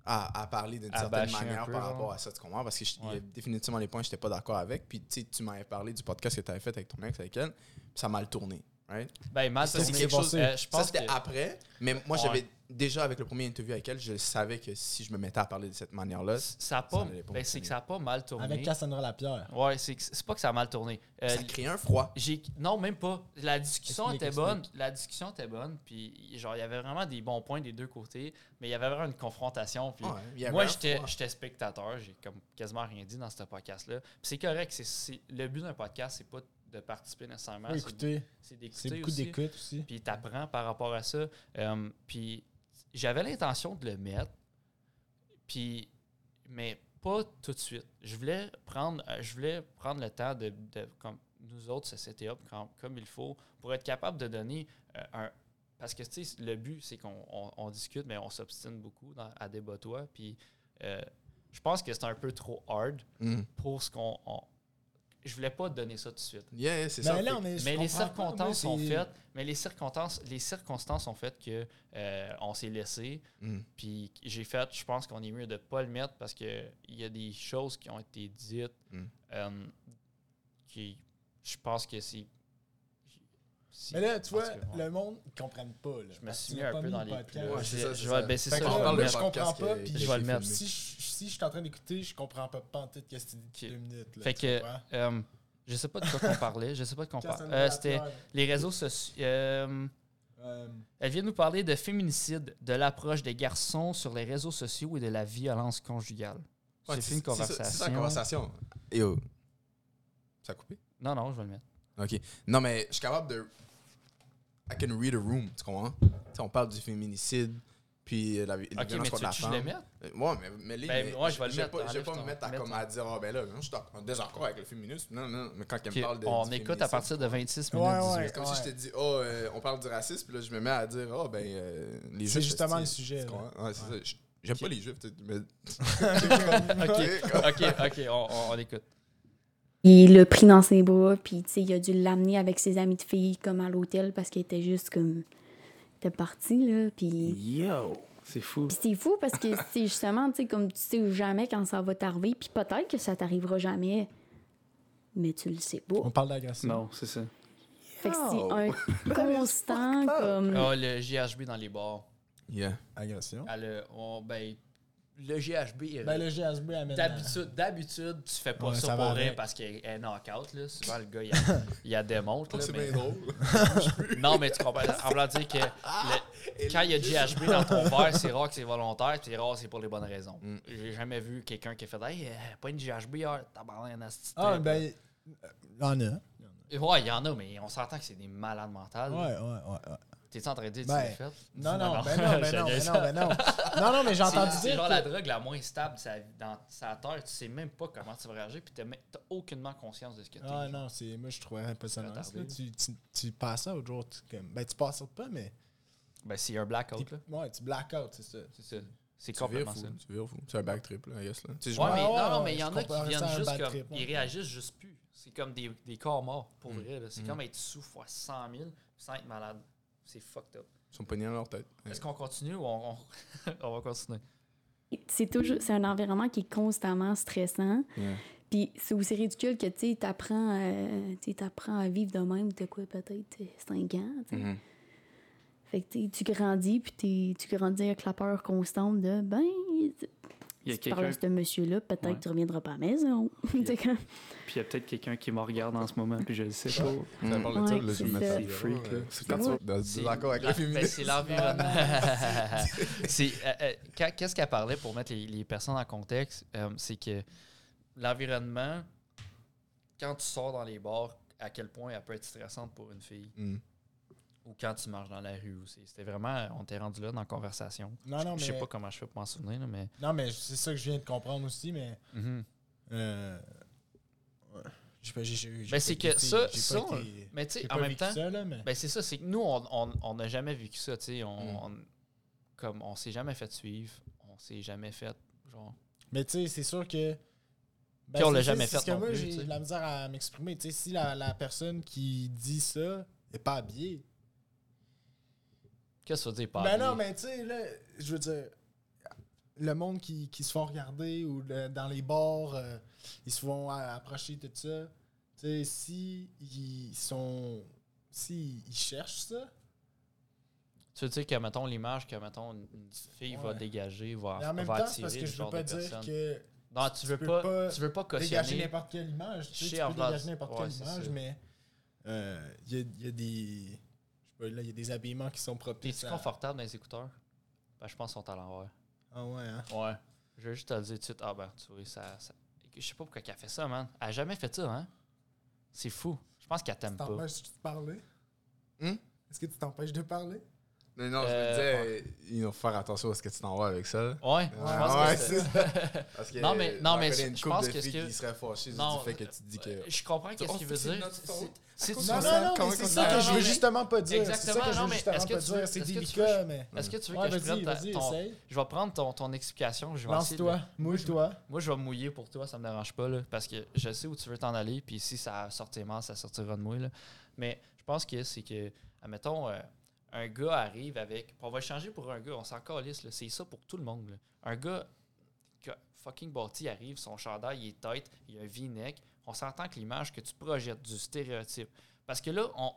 à, à parler d'une À certaine bâcher un manière peu, par genre. rapport à ça, tu comprends? Parce que je- il y a Ouais. définitivement les points que j'étais pas d'accord avec. Puis tu sais, tu m'avais parlé du podcast que tu avais fait avec ton ex, avec elle, puis ça m'a le tourné. Right? Ben, mal Ça, c'est tourné. quelque chose- Euh, je Ça, pense que. c'était après, mais moi, Ouais. j'avais déjà, avec le premier interview avec elle, je savais que si je me mettais à parler de cette manière-là, Ça a pas, n'allait pas ben, c'est fonctionner. que ça a pas mal tourné. Avec Cassandra Lapierre. Ouais, c'est que- c'est pas que ça a mal tourné. Euh, ça crée un froid. J'ai- Non, même pas. La discussion Explique, était bonne. La discussion était bonne. Puis, genre, il y avait vraiment des bons points des deux côtés. Mais il y avait vraiment une confrontation. Puis, Ouais, il y avait moi, un j'étais froid. j'étais spectateur. J'ai comme quasiment rien dit dans ce podcast-là. Puis, c'est correct. c'est- c'est- le but d'un podcast, c'est pas de participer nécessairement. Oui, c'est- écoutez, c'est c'est d'écouter beaucoup aussi. d'écoute aussi. Puis, t'apprends par rapport à ça. Euh, puis, j'avais l'intention de le mettre. Puis, mais pas tout de suite. Je voulais prendre, euh, je voulais prendre le temps de, de- comme nous autres, se setter up quand- comme il faut, pour être capable de donner euh, un. Parce que, tu sais, le but, c'est qu'on on- on discute, mais on s'obstine beaucoup dans- à des batois. Puis, euh, je pense que c'est un peu trop hard Mm. pour ce qu'on. on- je voulais pas te donner ça tout de suite. Yeah, yeah, c'est Mais Ben ça. là, Fait mais je Mais les comprends pas, moi, circonstances sont c'est- faites. Mais les circonstances, les circonstances ont fait que euh, on s'est laissé. que- Mm. Puis j'ai fait, je pense qu'on est mieux de pas le mettre parce que il y a des choses qui ont été dites Mm. euh, qui, je pense que c'est. si- Mais là, tu en tout vois, cas, ouais. le monde, ne comprennent pas. Là, je me parce que suis tu mis l'as un pas peu dans le les podcast. clous. Ouais, Je- c'est ça, c'est je vais ça. baisser Fait ça. qu'on je vais parle le de mettre. je podcast comprends pas, qui- puis qui je vais a le été mettre. filmé. Si je, si je suis en train d'écouter, je comprends pas pantoute qu'est-ce que tu dis depuis Ok. deux minutes. Là, Fait tu que- comprends? Euh, je sais pas de quoi qu'on parlait. Je sais pas de quoi on Quand ça parlait. nous met la C'était fleur, les réseaux sociaux. euh, euh, Elle vient nous parler de féminicide, de l'approche des garçons sur les réseaux sociaux et de la violence conjugale. Ouais, c'est une ça- conversation. C'est ça, la conversation. Yo. Ça a coupé? Non, non, je vais le mettre. OK. Non, mais je suis capable de... I can read a room, tu comprends? Tu sais, on parle du féminicide, puis euh, la, vi- la Ok, mais violence tu contre veux la que je le femme. mette? Euh, Ouais, mais, mais, les- Ben, mais ouais, je vais le vais mettre, pas, je vais enlève pas me ton- mettre à, mets comme, ton- à dire, ah ben là, non, je suis en en désaccord avec le féminisme. Non, non, mais quand elle Ok, me parle de. on du écoute à féminicide, partir de 26 Ouais, minutes. ouais. 18. C'est comme si je te dis, oh, euh, on parle du racisme, puis là, je me mets à dire, oh, ben, euh, les juifs. C'est justement c'est- le tu sujet. là. comprends? Ouais, c'est ça. J- J'aime pas les juifs, tu sais, mais. Ok, ok, on, on- on écoute. Il l'a pris dans ses bras, puis tu sais, il a dû l'amener avec ses amis de filles comme à l'hôtel parce qu'il était juste comme. Il était parti, là. Puis Yo! C'est fou. puis c'est fou parce que c'est justement, tu sais, comme tu sais jamais quand ça va t'arriver, puis peut-être que ça t'arrivera jamais, mais tu le sais pas. On parle d'agression. Non, c'est ça. Fait que c'est un constant Oh. Oh, comme. Ah, le GHB dans les bars. Yeah. Agression. Ah, le- on- ben, le GHB, euh, Ben, le GSB amène. d'habitude, d'habitude, tu fais pas Ouais, ça ça va pour rien avec. parce qu'il est knock-out. Là. Souvent, le gars, il a, il a des montres. Je trouve que là, c'est mais- bien drôle. Non, mais tu comprends. En voulant dire que Ah! le- quand il y a GHB dans ton verre, c'est rare que c'est volontaire, puis c'est rare que c'est pour les bonnes raisons. Mm. J'ai jamais vu quelqu'un qui a fait Hey, euh, pas une GHB hier, tabarnak, un asti de Ah, trip. ben. euh, Il y en a. Ouais, il y en a, mais on s'entend que c'est des malades mentales. Ouais, ouais, ouais. ouais. T'es-tu en train de dire que Ben, tu l'as fait? Non, non, ben non, non, ben non, ben je- non, ben non. Non, non, mais j'ai C'est- entendu C'est dire. genre la que- drogue la moins stable sa- dans sa terre. Tu sais même pas comment tu vas réagir, puis t'as même- t'as aucunement conscience de ce que t'es. Ah non, c'est moi je trouvais impressionnant. Retardé, ça, là. là. Tu, tu, tu passes ça au jour, tu, comme, ben tu passes ça pas, mais Ben, c'est un blackout, là. ouais, tu blackout, c'est ça. C'est ça. C'est Tu vires complètement fou. ça. Tu vires fou. C'est un back trip, là, I guess, là. Tu sais, je Ouais, m'en- mais, ouais, non, non, ouais, mais il y je en a comprends qui ça, viennent un juste bad comme. trip, ouais. Ils réagissent juste plus. C'est comme des, des corps morts, pour Mm. vrai. là. C'est Mm. comme être sous fois 100 000 sans être malade. C'est fucked up. Ils sont pognés dans leur tête. Ouais. Est-ce qu'on continue ou on, on- on va continuer? c'est toujours c'est un environnement qui est constamment stressant. Ouais. Puis c'est aussi ridicule que tu euh, apprends, apprends à vivre de même de quoi peut-être euh, cinq ans. tu sais. Mm-hmm. Mhm. Fait que tu sais, tu grandis puis t'es- tu grandis avec la peur constante de ben Il y a tu parles quelqu'un, à ce monsieur-là, peut-être Ouais. que tu reviendras pas à la maison. T'es comme- puis il y a peut-être quelqu'un qui me regarde en ce moment, puis je le sais pas. Ça parle de ça, Ouais, là, je c'est me ça. mets C'est freak, là. C'est Quand quand tu vas dans- euh, C'est d'accord avec la- le ben, c'est féminisme. l'environnement. C'est, euh, euh, quand- Qu'est-ce qu'elle parlait pour mettre les, les personnes en contexte? euh, c'est que l'environnement, quand tu sors dans les bars, à quel point elle peut être stressante pour une fille Mm. ou quand tu marches dans la rue aussi. C'était vraiment, on t'est rendu là dans la conversation. Non, non, Je sais mais, pas comment je fais pour m'en souvenir, là, mais. Ben, non, mais c'est ça que je viens de comprendre aussi, mais. Euh, ouais. J'ai pas- j'ai- j'ai- j'ai Ben, pas c'est été- que ça- j'ai pas ça, été- Mais tu j'ai sais, pas en même vécu temps, ça, là, mais- ben c'est ça, c'est que nous, on- on on n'a jamais vécu ça, tu sais. On, Mm. on- comme on s'est jamais fait suivre, on s'est jamais fait. Genre, Mais tu sais, c'est sûr que. Ben, Puis on c'est- l'a c'est- jamais c'est fait ce que non moi, plus, tu j'ai sais. de la misère à m'exprimer. Tu sais, si la, la personne qui dit ça n'est pas habillée. qu'est-ce que ça veut dire, pas ben habillé? non, mais tu sais, là, je veux dire, le monde qui, qui se font regarder ou le- dans les bars, euh, ils se font a- approcher, tout ça. Tu sais, si ils sont. Si ils cherchent ça. Tu veux dire que, mettons, l'image que, mettons, une une fille va Ouais. dégager, dégager, va, Mais en même va temps, c'est attirer parce que le je veux genre pas de dire personne. que non, tu veux peux pas, pas tu veux pas dégager cautionner. n'importe quelle image. Tu, sais, Chez tu peux Arvas- dégager n'importe ouais, quelle c'est image, ça. mais euh, il y, a, il y a des. je sais pas, là, il y a des habillements qui sont propices. T'es-tu à- confortable dans les écouteurs? Ben, je pense qu'ils sont à l'envers. Ah ouais, hein? Ouais. Je vais juste te le dire tout de suite. Ah ben, tu vois, ça. ça- Je sais pas pourquoi qu'elle fait ça, man. Elle a jamais fait ça, hein? C'est fou. Je pense qu'elle Tu t'aime pas. t'empêches de parler? Hum? Est-ce que tu t'empêches de parler? Mais non, je Euh, me disais, ils vont faire attention à ce que tu t'en vas avec ça. là. Ouais, je pense Ouais, que c'est c'est. Parce que Non, mais- non, j'en mais connais je- une je couple pense de que ce filles que- qui seraient fâchées juste Non, euh, du fait que tu dis que. je comprends qu'est-ce Oh, qu'il veut c'est dire. notre faute. Si tu- Non, Comment- non, non, comment- mais c'est comment- ça que non, je non, veux mais- justement pas dire. C'est Exactement, ça que je non, veux mais justement est-ce que pas tu veux- dire. est-ce C'est que tu délicat, veux- mais. Est-ce que tu veux Ouais, que je prenne vas-y, ta- vas-y, ton- essaye. Je vais prendre ton, ton explication. Je vais essayer de- Lance-toi, mouille-toi. Moi, je vais me mouiller pour toi, ça me dérange pas, là, parce que je sais où tu veux t'en aller, puis si ça sort tes mains, ça sortira de moi. là. Mais je pense que c'est que, admettons, euh, un gars arrive avec. On va échanger pour un gars, on s'en calisse, là, c'est ça pour tout le monde. là. Un gars que fucking bâti arrive, son chandail il est tête, il a un v-neck. On s'entend que l'image que tu projettes du stéréotype. Parce que là, on,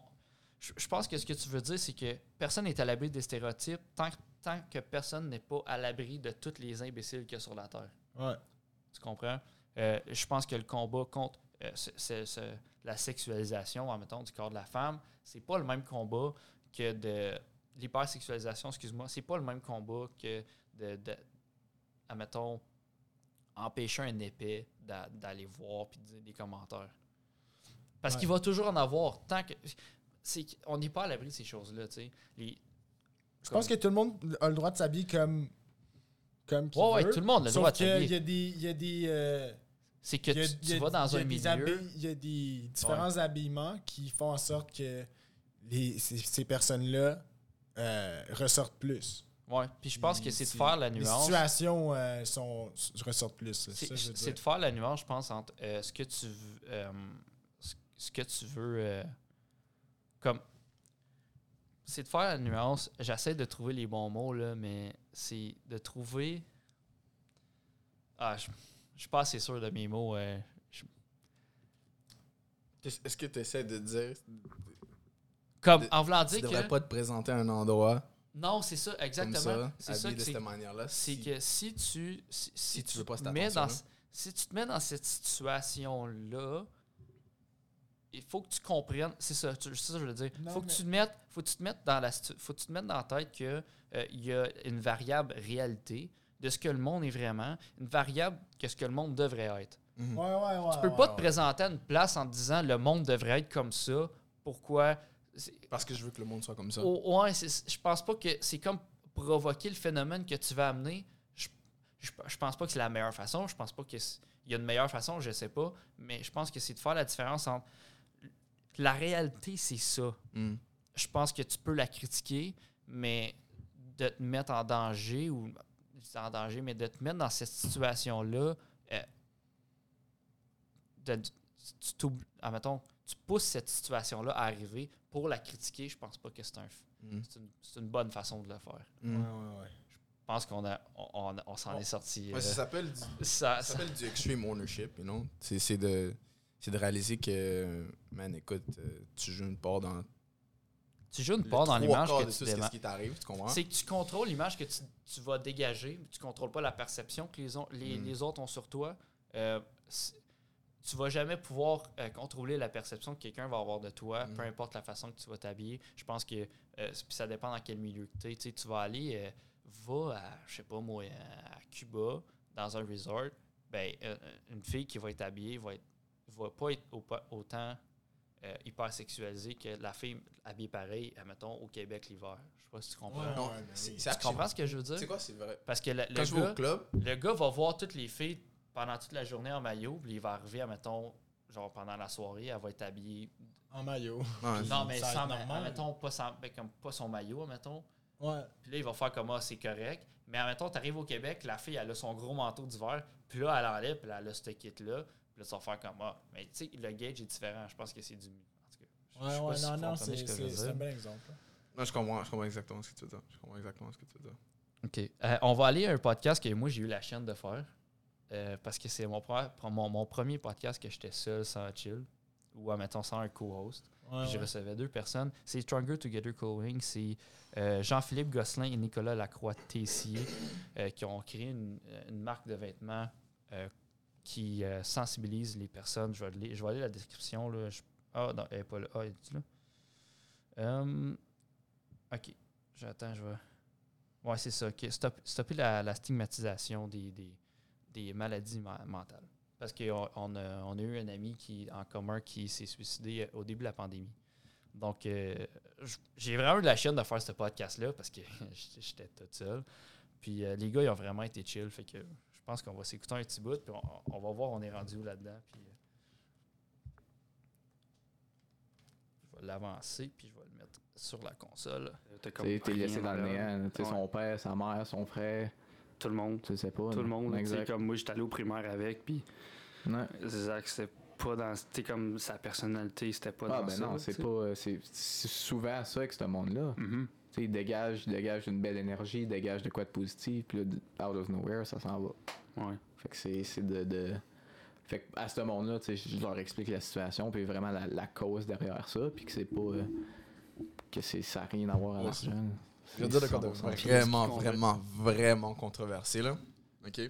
je je pense que ce que tu veux dire, c'est que personne n'est à l'abri des stéréotypes tant, tant que personne n'est pas à l'abri de tous les imbéciles qu'il y a sur la Terre. Ouais. Tu comprends? Euh, je pense que le combat contre euh, ce- ce- ce- la sexualisation, admettons, du corps de la femme, c'est pas le même combat que de l'hypersexualisation, excuse-moi, c'est pas le même combat que de, de admettons, empêcher un épée d'a- d'aller voir puis de dire des commentaires. Parce Ouais. qu'il va toujours en avoir tant que. c'est qu'- on n'est pas à l'abri de ces choses-là, tu sais. Les- Je pense que tout le monde a le droit de s'habiller comme. Comme qu'il Ouais, ouais, veut. tout le monde a le Sauf droit de que s'habiller. Il y a des. Il y a des. euh, C'est que il y a- tu, il y tu a- vas dans il y a un des milieu. habi- Il y a des différents habillements qui font en sorte que les, ces, ces personnes-là euh, ressortent plus. Ouais, puis je pense que c'est de C'est- faire la Les nuance. situations euh, sont, s- ressortent plus. ça, C'est ça, je veux c'est dire. de faire la nuance, je pense, entre euh, ce que tu veux, euh, ce- ce que tu veux euh, comme c'est de faire la nuance. J'essaie de trouver les bons mots là, mais c'est de trouver. Ah, je, je suis pas assez sûr de mes mots. euh, Qu'est-ce- Est-ce que tu essaies de dire Comme De- en voulant Tu dire devrais que pas te présenter à un endroit non, c'est ça exactement. comme ça, C'est ça habillé que de c'est cette manière-là. c'est si- que si tu si, si tu tu veux pas te cette mets dans attention-là. si tu te mets dans cette situation là il faut que tu comprennes c'est ça tu- c'est ça que je veux dire Non, faut que mais- tu te mettes faut que tu te mettes dans la situ- faut que tu te mettes dans la tête que euh, il y a une variable réalité de ce que le monde est vraiment une variable que ce que le monde devrait être Mhm. Ouais, ouais, ouais, tu peux Ah ouais, pas ouais. te présenter à une place en te disant le monde devrait être comme ça pourquoi C'est- Parce que je veux que le monde soit comme ça. Oh, ouais, c'est- je pense pas que c'est comme provoquer le phénomène que tu vas amener. Je, je, je pense pas que c'est la meilleure façon. Je pense pas qu'il y a une meilleure façon, je sais pas. Mais je pense que c'est de faire la différence entre. La réalité, c'est ça. Mhm. Je pense que tu peux la critiquer, mais de te mettre en danger, ou en danger, mais de te mettre dans cette situation-là, euh, de- tu t'oubl- admettons, tu pousses cette situation-là à arriver pour la critiquer, je pense pas que c'est un f- Mhm. c'est une, c'est une bonne façon de le faire. Ouais, Mhm. ouais, ouais. Je pense qu'on a on, on- on s'en Ouais. est sorti. Ouais, euh, ça s'appelle du- ça- Ça s'appelle du extreme ownership, you know? C'est c'est de, c'est de réaliser que, man, écoute, euh, tu joues une part dans. tu joues une le part dans trois l'image quarts que de tu tout ce qu'est-ce déma- qui t'arrive, tu comprends? C'est que tu contrôles l'image que tu, tu vas dégager, mais tu contrôles pas la perception que les, on- les, Mhm. les autres ont sur toi. Euh, c'est- tu vas jamais pouvoir euh, contrôler la perception que quelqu'un va avoir de toi, Mhm. peu importe la façon que tu vas t'habiller. Je pense que euh, c- puis ça dépend dans quel milieu que tu es. Tu sais, tu vas aller, euh, va à, je sais pas moi, à Cuba, dans un resort, ben, euh, une fille qui va être habillée va, être, va pas être au- autant euh, hyper sexualisée que la fille habillée pareil, admettons, au Québec l'hiver. Je sais pas si tu comprends. Ouais, Non, ouais, mais c'est oui. c'est Tu comprends archi- ce que je veux Tu sais dire? quoi, c'est vrai. Parce que le, le Quand je vais gars, au club, le gars va voir toutes les filles pendant toute la journée en maillot, puis il va arriver, admettons, genre pendant la soirée, elle va être habillée. En maillot. ouais, Non, ça mais va être sans, normal. admettons, pas, sans- ben, comme, pas son maillot, admettons. Ouais. Puis là, il va faire comme ah, c'est correct. Mais admettons, t'arrives au Québec, la fille, elle a son gros manteau d'hiver, puis là, elle enlève, puis là, elle a ce kit-là. Puis là, tu vas faire comme ah. Mais tu sais, le gauge est différent. Je pense que c'est du. En tout cas, je- je Ouais, sais ouais, pas si non, vous non, comprenez c'est ce que je veux c'est- c'est dire. un bel exemple. non, je comprends, je comprends exactement ce que tu veux dire. Je comprends exactement ce que tu veux dire. OK. Euh, on va aller à un podcast que moi, j'ai eu la chaîne de faire. euh, parce que c'est mon, pre- pro- mon, mon premier podcast que j'étais seul, sans chill. Ou, admettons, sans un co-host. Ouais, Puis je ouais. recevais deux personnes. C'est Stronger Together Calling. C'est euh, Jean-Philippe Gosselin et Nicolas Lacroix-Tessier euh, qui ont créé une, euh, une marque de vêtements euh, qui euh, sensibilise les personnes. Je vais aller, je vais aller à la description. Là. Je- ah, non, elle est pas là. Ah, elle est là. Hum, ok. J'attends, je vais. Ouais, c'est ça. ok. Stop- stopper la, la stigmatisation des, des, des maladies ma- mentales. euh, Parce qu'on on a, on a eu un ami qui, en commun qui s'est suicidé au début de la pandémie. Donc, euh, j- j'ai vraiment eu de la chienne de faire ce podcast-là parce que j- j'étais tout seul. Puis euh, les gars, ils ont vraiment été chill. Fait que je pense qu'on va s'écouter un petit bout, puis on, on va voir on est rendu où là-dedans. Puis, euh, je vais l'avancer, puis je vais le mettre sur la console. T'as comme T'sais, T'es rien laissé dans le là. néant. là. T'sais, Ouais. Son père, sa mère, son frère, Tout le monde. tu le sais pas. Tout le là. monde. là, t'sais, Exact. Comme moi, j'étais allé au primaire avec, puis Ouais. Zach, c'était pas dans. C'était comme sa personnalité, c'était pas Ah dans ben ça, non, là, c'est t'sais. pas. euh, C'est c'est souvent ça avec ce monde-là. Mhm. Tu sais, il dégage, il dégage une belle énergie, il dégage de quoi de positif, puis là, d- out of nowhere, ça s'en va. Ouais. Fait que c'est c'est de, de- Fait que à ce monde-là, tu sais, je leur explique la situation, puis vraiment la, la cause derrière ça, puis que c'est pas. euh, que c'est ça n'a rien à voir Ouais, avec c'est- ça. là. Je veux dire de quoi de 100% vraiment, convainc. vraiment, vraiment controversé, là. OK?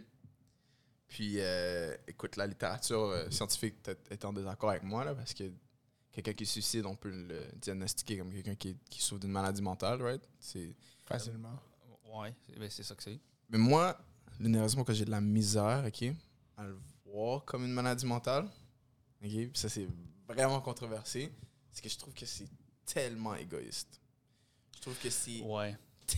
Puis, euh, écoute, la littérature euh, scientifique peut-être est en désaccord avec moi, là, parce que quelqu'un qui se suicide, on peut le diagnostiquer comme quelqu'un qui, qui souffre d'une maladie mentale, right? C'est... facilement. Ouais, c'est- ben, c'est ça que c'est. Mais moi, l'universement que j'ai de la misère, OK, à le voir comme une maladie mentale, OK, puis ça c'est vraiment controversé, c'est que je trouve que c'est tellement égoïste. Je trouve que c'est Ouais.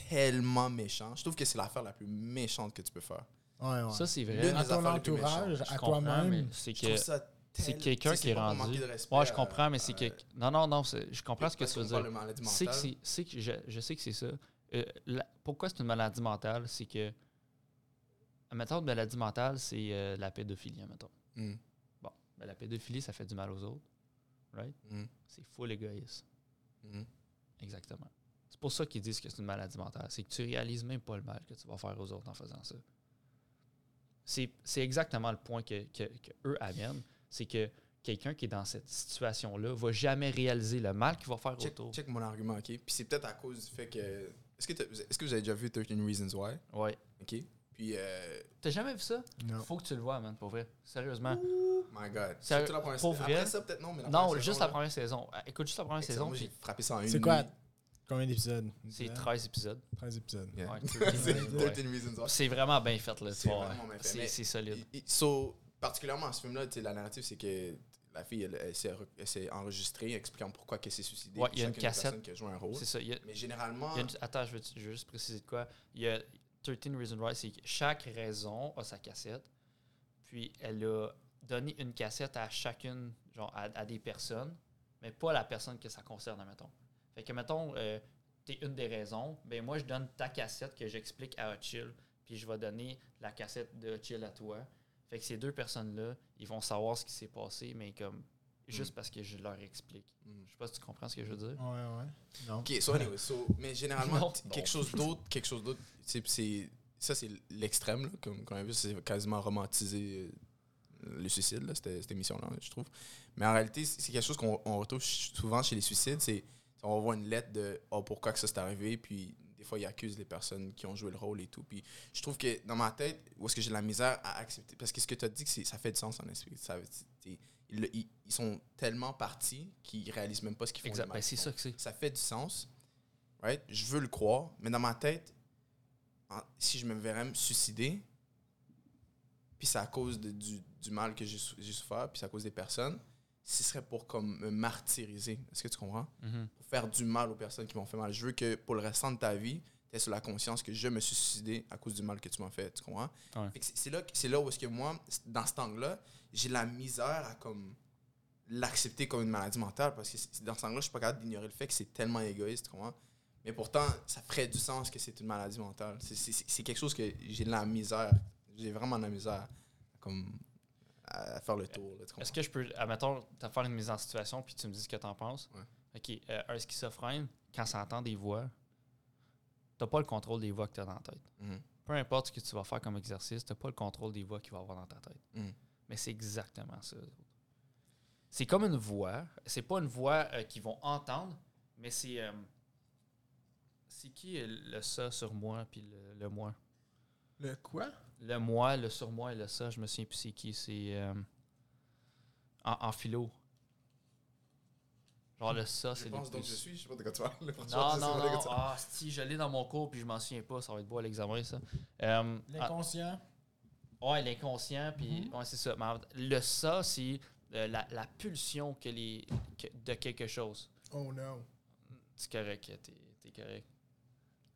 tellement méchant. Je trouve que c'est l'affaire la plus méchante que tu peux faire. Ouais, ouais. Ça, c'est L'une vrai. des à ton affaires les plus entourage, méchantes, Je à comprends, mais toi-même. C'est Je trouve que. ça c'est tel- quelqu'un tu sais, qui est pas pour rendu- manquer de respect Ouais, je à- comprends, mais c'est à- que. Non, non, non, c'est- je comprends ce que parce tu veux qu'on dire. parle de maladie C'est que mentale. c'est- c'est que je, je sais que c'est ça. Euh, la- pourquoi c'est une maladie mentale? C'est que. Mettons, une maladie mentale, c'est euh, la pédophilie, mettons. Mm. Bon, ben, la pédophilie, ça fait du mal aux autres. Right? Mm. C'est full égoïste. Mm. Exactement. C'est pour ça qu'ils disent que c'est une maladie mentale. C'est que tu réalises même pas le mal que tu vas faire aux autres en faisant ça. C'est c'est exactement le point que, que, que eux amènent. C'est que quelqu'un qui est dans cette situation-là va jamais réaliser le mal qu'il va faire Check, autour. check mon argument, OK? Puis c'est peut-être à cause du fait que... Est-ce que, t'as- est-ce que vous avez déjà vu 13 Reasons Why? Ouais. OK? Puis, euh, T'as jamais vu ça? Non. Faut que tu le vois, man, pour vrai. Sérieusement. my God. Ça- Surtout la première pour saison. vrai? Après ça, peut-être non, mais la non, première juste saison, la là, première saison. Euh, Écoute, juste la première excellent, saison, moi, j'ai puis frappé ça en une C'est quoi nuit. Combien d'épisodes Une c'est dizaine? 13 épisodes. 13 épisodes. Yeah. Ouais, C'est 13 ouais. 13 Reasons Why. C'est vraiment bien fait, là. tu C'est vois, vraiment bien ouais. fait, C'est mais- c'est solide. Et- et- so, particulièrement à ce film-là, tu sais, la narrative, c'est que la fille, elle, elle s'est, re- elle s'est enregistrée, expliquant pourquoi qu'elle s'est suicidée. Ouais, puis il y a une chacune des cassette. personnes qui a joué un rôle. C'est ça. il y a- Mais généralement, il y a une- Attends, je veux, je veux juste préciser de quoi. Il y a 13 Reasons Why, c'est que chaque raison a sa cassette. Puis elle a donné une cassette à chacune, genre à, à des personnes, mais pas à la personne que ça concerne, mettons. Fait que, mettons, euh, t'es une des raisons, ben moi, je donne ta cassette que j'explique à Hotchill, puis je vais donner la cassette de Hotchill à toi. Fait que ces deux personnes-là, ils vont savoir ce qui s'est passé, mais comme juste parce que je leur explique. Mm. Je sais pas si tu comprends ce que je veux dire. Ouais, ouais. Non. Ok, so anyway, so- mais généralement, hein. Non. t- quelque chose d'autre, quelque chose d'autre, c'est- c'est- ça c'est l'extrême, là, comme on a vu, c'est quasiment romantisé euh, le suicide, là, cette, cette émission-là, je trouve. Mais en réalité, c'est c'est quelque chose qu'on on retrouve ch- souvent chez les suicides, c'est on va voir une lettre de « oh pourquoi que ça s'est arrivé », puis des fois, ils accusent les personnes qui ont joué le rôle et tout. Puis je trouve que dans ma tête, où est-ce que j'ai de la misère à accepter, parce que ce que tu as dit, que c'est- ça fait du sens en esprit. Ça, c'est- ils, le- ils- ils sont tellement partis qu'ils réalisent même pas ce qu'ils font. de Exact. mal Ben, c'est qu'ils font ça que c'est. ça fait du sens. Right? Je veux le croire, mais dans ma tête, en- si je me verrais me suicider, puis c'est à cause de- du, du mal que j'ai sou- j'ai souffert, puis c'est à cause des personnes, ce serait pour comme me martyriser. Est-ce que tu comprends? Mhm. Pour faire du mal aux personnes qui m'ont fait mal. Je veux que pour le restant de ta vie, tu aies sur la conscience que je me suis suicidé à cause du mal que tu m'as fait. Tu comprends? Ouais. Fait que c'est- C'est là, que- c'est là où est-ce que moi, c- dans cet angle-là, j'ai la misère à comme l'accepter comme une maladie mentale parce que c'est- dans ce sens-là, je suis pas capable d'ignorer le fait que c'est tellement égoïste, tu comprends? Mais pourtant, ça ferait du sens que c'est une maladie mentale. C'est- C'est c'est- c'est quelque chose que j'ai de la misère. J'ai vraiment de la misère comme, à à faire le tour. là, tu comprends? Est-ce que je peux, admettons, te faire une mise en situation, puis tu me dis ce que t'en penses? Ouais. OK. euh, un schizophrène, quand ça entend des voix, t'as pas le contrôle des voix que t'as dans la tête. Mhm. Peu importe ce que tu vas faire comme exercice, t'as pas le contrôle des voix qu'il va avoir dans ta tête. Mhm. Mais c'est exactement ça. eux autres. C'est comme une voix. C'est pas une voix euh, qu'ils vont entendre, mais c'est... euh, c'est qui euh, le ça sur moi, puis le, le moi? Le quoi Le moi, le sur moi et le ça, je me souviens plus c'est qui. C'est euh, en, en philo. Genre le ça, Je c'est le pense donc plus- je suis, je sais pas de quoi tu parles. Non, non, Je sais pas de non. quoi tu parles. Ah, si, je l'ai dans mon cours puis je m'en souviens pas. Ça va être beau à l'examen, ça. Euh, ah, L'inconscient. ouais, l'inconscient, puis. Ouais, c'est ça. Mais en- le ça, c'est euh, la, la pulsion que les, que- de quelque chose. Oh non. C'est correct, t'es t'es correct.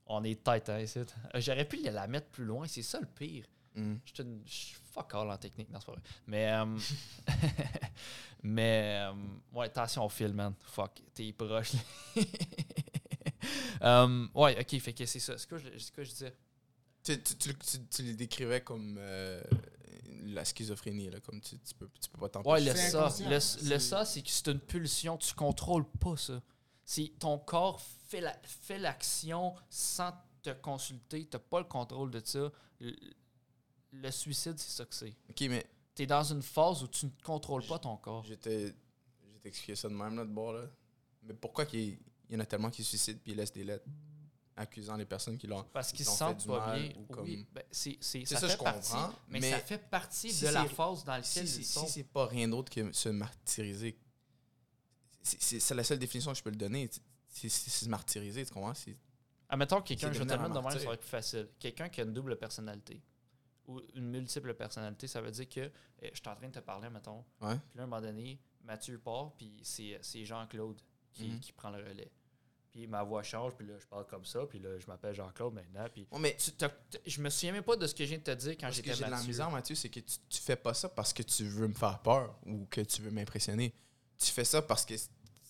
On est tête, hein, ici. Euh, J'aurais pu la mettre plus loin, c'est ça le pire. Hmm. Je suis une- je suis fuck all en technique, non, c'est pas vrai. Mais, euh, mais euh, ouais, attention au fil, man. Fuck, t'es proche. là. Euh, ouais, ok, fait que c'est ça. C'est quoi, je- c'est quoi je disais? Tu, tu, tu, tu- tu les décrivais comme euh, la schizophrénie, là, comme tu, tu, peux, tu peux pas t'en Ouais, passer. le C'est ça. inconscient. Le, le C'est- ça, c'est que c'est une pulsion. Tu contrôles pas ça. C'est ton corps fait la- fait l'action sans te consulter. T'as pas le contrôle de ça. Le, le suicide, c'est ça que c'est. Ok, mais T'es dans une phase où tu ne contrôles pas ton corps. je t'ai je t'ai expliqué ça de même, là, de bord, là. Mais pourquoi qu'il y- il y en a tellement qui se suicident puis ils laissent des lettres accusant les personnes qui l'ont. Parce qu'ils ils se ont sentent fait du pas mal bien. ou comme- Oui, ben, c'est c'est- C'est ça, ça, fait je partie. comprends, Mais, mais ça fait partie si de la c'est- phase dans Si, laquelle c'est- ils si sont. c'est pas rien d'autre que se martyriser, c'est- c'est c'est la seule définition que je peux le donner. C'est- C'est c'est se martyriser, tu comprends? C'est- Admettons que quelqu'un, C'est je vais te le devenir un mettre de même, ça martyr. va être plus facile. Quelqu'un qui a une double personnalité ou une multiple personnalité, ça veut dire que euh, je suis en train de te parler, mettons. Ouais. Puis là, à un moment donné, Mathieu part, puis c'est c'est Jean-Claude qui, Mhm. qui prend le relais. Puis ma voix change, puis là, je parle comme ça, puis là, je m'appelle Jean-Claude maintenant. Puis Ouais, mais tu, t'as- t'as- je me souviens même pas de ce que je viens de te dire quand Parce que j'étais j'ai de la Mathieu. misère, Mathieu, c'est que tu, tu fais pas ça parce que tu veux me faire peur ou que tu veux m'impressionner. Tu fais ça parce que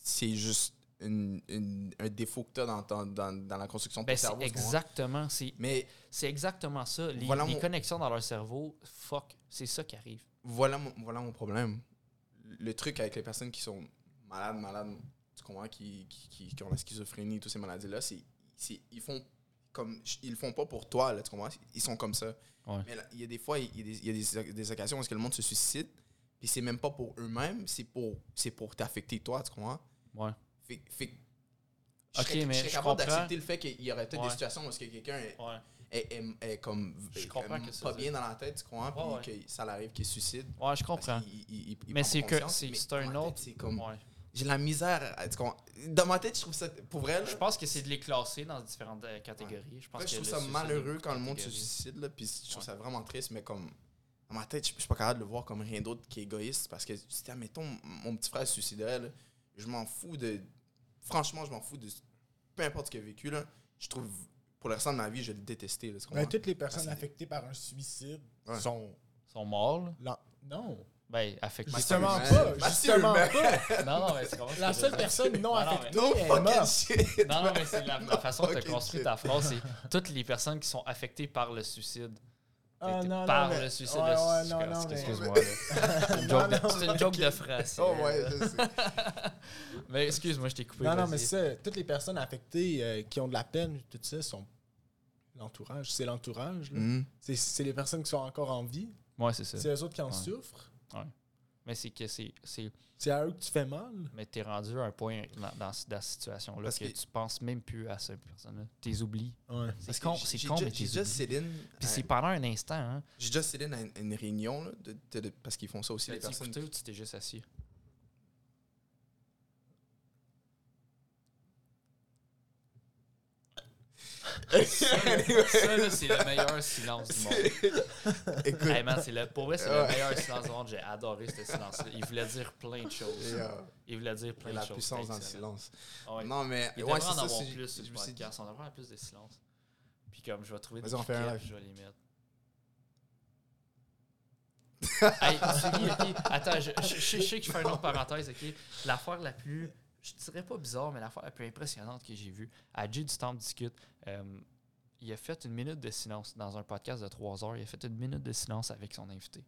c'est juste une- une- un défaut que tu as dans, ton- dans, dans la construction de ton Ben, c'est cerveau. tu comprends? exactement, c'est Mais c'est exactement ça. Les, Voilà les mon- connexions dans leur cerveau, fuck, c'est ça qui arrive. voilà mon, voilà mon problème. Le truc avec les personnes qui sont malades, malades, tu comprends, qui, qui, qui- qui ont la schizophrénie, toutes ces maladies-là, c'est c'est- ils font comme ils le font pas pour toi, là, tu comprends? Ils sont comme ça. Ouais. Mais là, il y a des fois, il y a des, il y a des- des occasions où est-ce que le monde se suicide, puis c'est même pas pour eux-mêmes, c'est pour, c'est pour t'affecter toi, tu comprends? Ouais. Fait, fait que Ok, serais- mais serais je capable comprends. d'accepter le fait qu'il y aurait peut-être Ouais. des situations où est-ce que quelqu'un est, Ouais. est- est- est comme Je est- comprends est qu'est-ce que pas tu bien dans la tête, tu comprends, Ouais, puis que ça l'arrive qu'il se Ouais, suicide. je Parce comprends. qu'il- il- il- il Mais prend c'est pas que conscience, c'est mais c'est dans un ma tête, autre. c'est comme- Ouais. J'ai de la misère. à- tu comprends? Dans ma tête, je trouve ça. Pour vrai, là, Je pense que c'est de les classer dans différentes euh, catégories. Je pense je que trouve le ça suicide est malheureux une quand le monde se catégorie. suicide, là, puis je trouve Ouais. ça vraiment triste, mais comme. Dans ma tête, je je suis pas capable de le voir comme rien d'autre qu'égoïste, parce que si, admettons, mon petit frère se suiciderait, là, je m'en fous de. Franchement, je m'en fous de. Peu importe ce qu'il a vécu, là, je trouve. Pour le restant de ma vie, je vais le détester. Là, tu comprends? Ben, toutes les personnes Ah, c'est- affectées par un suicide Ouais. sont. Ils sont morts, là. lent- Non. Ben, affectés. Justement man. pas. Mathieu, Justement man. pas. Non, non, mais c'est comment je La seule peux dire? personne non Ah, non, affectée No est fucking morte. shit! Non, non, mais c'est la, la façon que tu fucking construit shit. ta phrase, c'est toutes les personnes qui sont affectées par le suicide. Ah, non, non, par mais- le suicide. Ouais, le ouais, suicide. non, non, mais- Excuse-moi. là. C'est une joke de- C'est euh, une joke de phrase. Oh, ouais, je sais. Mais excuse-moi, je t'ai coupé. Non, non, vas-y. mais ça, toutes les personnes affectées euh, qui ont de la peine, tout ça, sont l'entourage. C'est l'entourage. là. Hmm. Mhm. C'est- C'est les personnes qui sont encore en vie. Ouais, c'est ça. C'est eux autres qui en Ouais. souffrent. Mais c'est que c'est. c'est- C'est à eux que tu fais mal. Mais t'es rendu à un point dans, dans, dans cette situation-là Parce que, que- tu penses même plus à cette personne-là. T'es oublies. Ouais. C'est Parce que con, j'ai- c'est j'ai con, déjà- mais J'ai t'es déjà oublies. Céline. Puis c'est à- pendant un instant, hein. euh, J'ai déjà Céline à une, une réunion, là, de- de- de- parce qu'ils font ça aussi, Tu les l'as personnes. écouté ou tu t'es juste assis? Ça, là, c'est le meilleur silence du monde. Écoute. Hey, man, c'est le, pour vrai, c'est le Ouais. meilleur silence du monde. J'ai adoré ce silence-là. Il voulait dire plein de choses. et, euh, Il voulait dire et plein de la choses. puissance dans le Excellent. Ah silence. Ouais. Non, mais. Il ouais, devrait c'est en ça, avoir c'est- plus sur je le me suis dit- podcast. On devrait avoir plus de silence. Puis comme je vais trouver des Vas-y, on fait un clips, live. je vais les mettre. hey, Sylvie, ok, attends, je, je- je- je sais que je fais une autre parenthèse, ok? L'affaire la plus, je dirais pas bizarre, mais l'affaire la plus impressionnante que j'ai vue, à Jay du Temple discute, euh, il a fait une minute de silence dans un podcast de trois heures, il a fait une minute de silence avec son invité.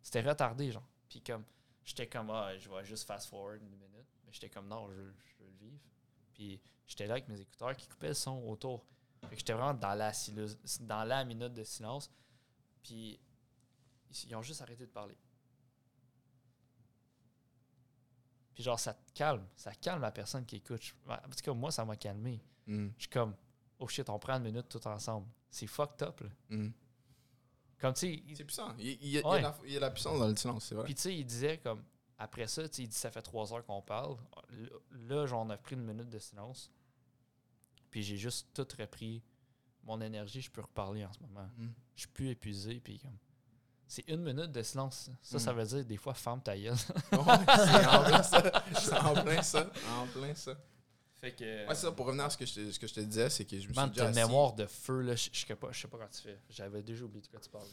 C'était retardé, genre. Puis comme, j'étais comme, ah, je vais juste fast-forward une minute, mais j'étais comme, non, je, veux- je veux le vivre. Puis j'étais là avec mes écouteurs qui coupaient le son autour. Fait que j'étais vraiment dans la, silu- dans la minute de silence. Puis ils, ils ont juste arrêté de parler. Puis genre, ça te calme. Ça calme la personne qui écoute. Je- En tout cas, moi, ça m'a calmé. Mm, Je suis comme, oh shit, on prend une minute tout ensemble. C'est fucked up, là. mm. Comme, tu sais, C'est il- puissant. Il, il y a- il y a Ouais. la, il y a la puissance dans le silence, c'est vrai. puis tu sais, il disait comme, après ça, tu sais, il dit, ça fait trois heures qu'on parle. Là, genre, on a pris une minute de silence. Puis j'ai juste tout repris. Mon énergie, je peux reparler en ce moment. Mm. je suis plus épuisé puis comme c'est une minute de silence. Ça, ça Mm. veut dire des fois ferme ta gueule. Ouais, c'est en plein ça. C'est en plein ça. En plein ça. fait que. Ouais, c'est ça. Pour revenir à ce que je te, ce que je te disais, c'est que je me suis ah, Man, déjà t'as une assis- mémoire de feu, là, je je sais pas, je sais pas quand tu fais. J'avais déjà oublié de quoi tu parlais.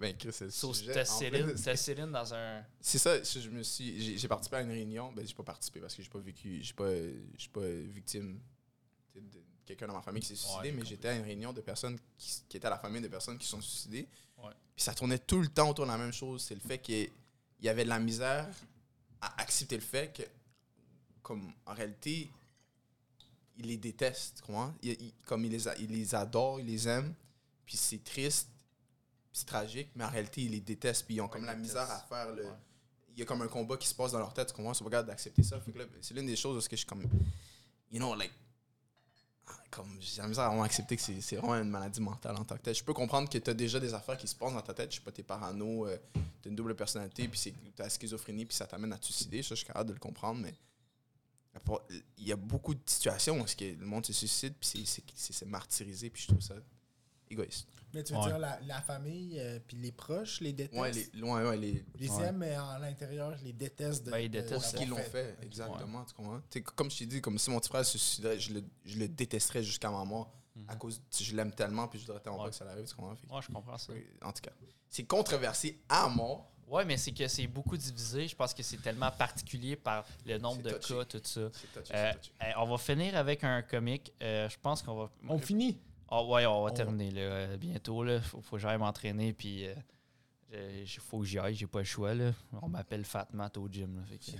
Ben, Chris, c'est le Sauf sujet, t'as en Céline, plus. t'as Céline dans un. C'est ça, je je me suis j'ai- j'ai participé à une réunion, ben j'ai pas participé parce que j'ai pas vécu, j'ai pas euh, je suis pas euh, victime tu sais, de quelqu'un dans ma famille qui s'est suicidé, j'ai mais compris. j'étais à une réunion de personnes qui, s- qui étaient à la famille de personnes qui sont suicidées. Ouais. Puis ça tournait tout le temps autour de la même chose, c'est le fait qu'il y ait- il y avait de la misère à accepter le fait que comme en réalité il les déteste, tu comprends? Il- il- comme il les, a- il les adore, il les aime, puis c'est triste, puis c'est tragique, mais en réalité, il les déteste, puis ils ont comme ils la détestent. misère à faire le. Ouais. Il y a comme un combat qui se passe dans leur tête, tu comprends? Ils sont pas capables d'accepter ça. Fait que là, c'est l'une des choses où est-ce que je suis comme. You know, like. ah, Comme j'ai la misère à vraiment accepter que c'est c'est vraiment une maladie mentale en tant que telle. Je peux comprendre que tu as déjà des affaires qui se passent dans ta tête. Je sais pas, t'es parano, euh, t'as une double personnalité, puis c'est- t'as la schizophrénie, puis ça t'amène à te suicider. Ça, je suis capable de le comprendre, mais la pro- il y a beaucoup de situations où est-ce que le monde se suicide, puis c'est- c'est- c'est c'est martyrisé, puis je trouve ça égoïste. Mais tu veux Ouais. dire, la, la famille, euh, puis les proches, les détestent. Ouais, les, les loin, ouais, les, Ouais. aiment, mais à l'intérieur, ils les détestent. De, Ben, ils de- détestent pour ce d'avoir qu'ils l'ont fait, exactement, tu comprends? Tu sais, comme je t'ai dit, comme si mon petit frère se suiciderait, je le, je le détesterais jusqu'à ma mort, à cause, tu sais, je l'aime tellement, puis je voudrais tellement Mhm. Ouais. pas que ça arrive, tu comprends? Fait que- Ouais, je comprends ça. ouais, En tout cas, c'est controversé à mort. Ouais, mais c'est que c'est beaucoup divisé. Je pense que c'est tellement particulier par le nombre de C'est touché. cas, tout ça. C'est touché, Euh, c'est touché. eh, on va finir avec un comique. Euh, je pense qu'on va. On finit. Ah ouais, on va On- terminer là, euh, bientôt. Il faut, faut que j'aille m'entraîner. Puis il faut que j'y aille. J'ai pas le choix. Là. On m'appelle Fat Matt au gym. là, fait que-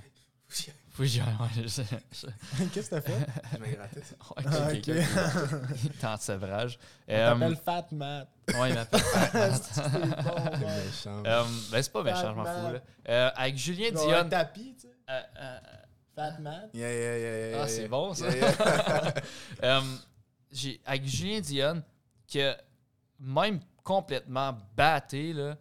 faut que j'y aille. ouais, je sais, je- Qu'est-ce que t'as fait? Je me grattais ça. ouais, Ah, quelqu'un ok. qui- qui est en sevrage. On Euh, t'appelle Fat Matt. ouais, il m'appelle Fat Matt. bon, ouais. Euh, ben, c'est pas méchant, je m'en Fat fous. là. Matt. Euh, avec Julien Genre un Dion. tapis, tu sais. euh, euh, Fat Matt. Yeah, yeah, yeah, yeah, Ah, yeah, c'est yeah. bon, ça. Yeah, yeah. Euh, j'ai- avec Julien Dion, que même complètement batté, là,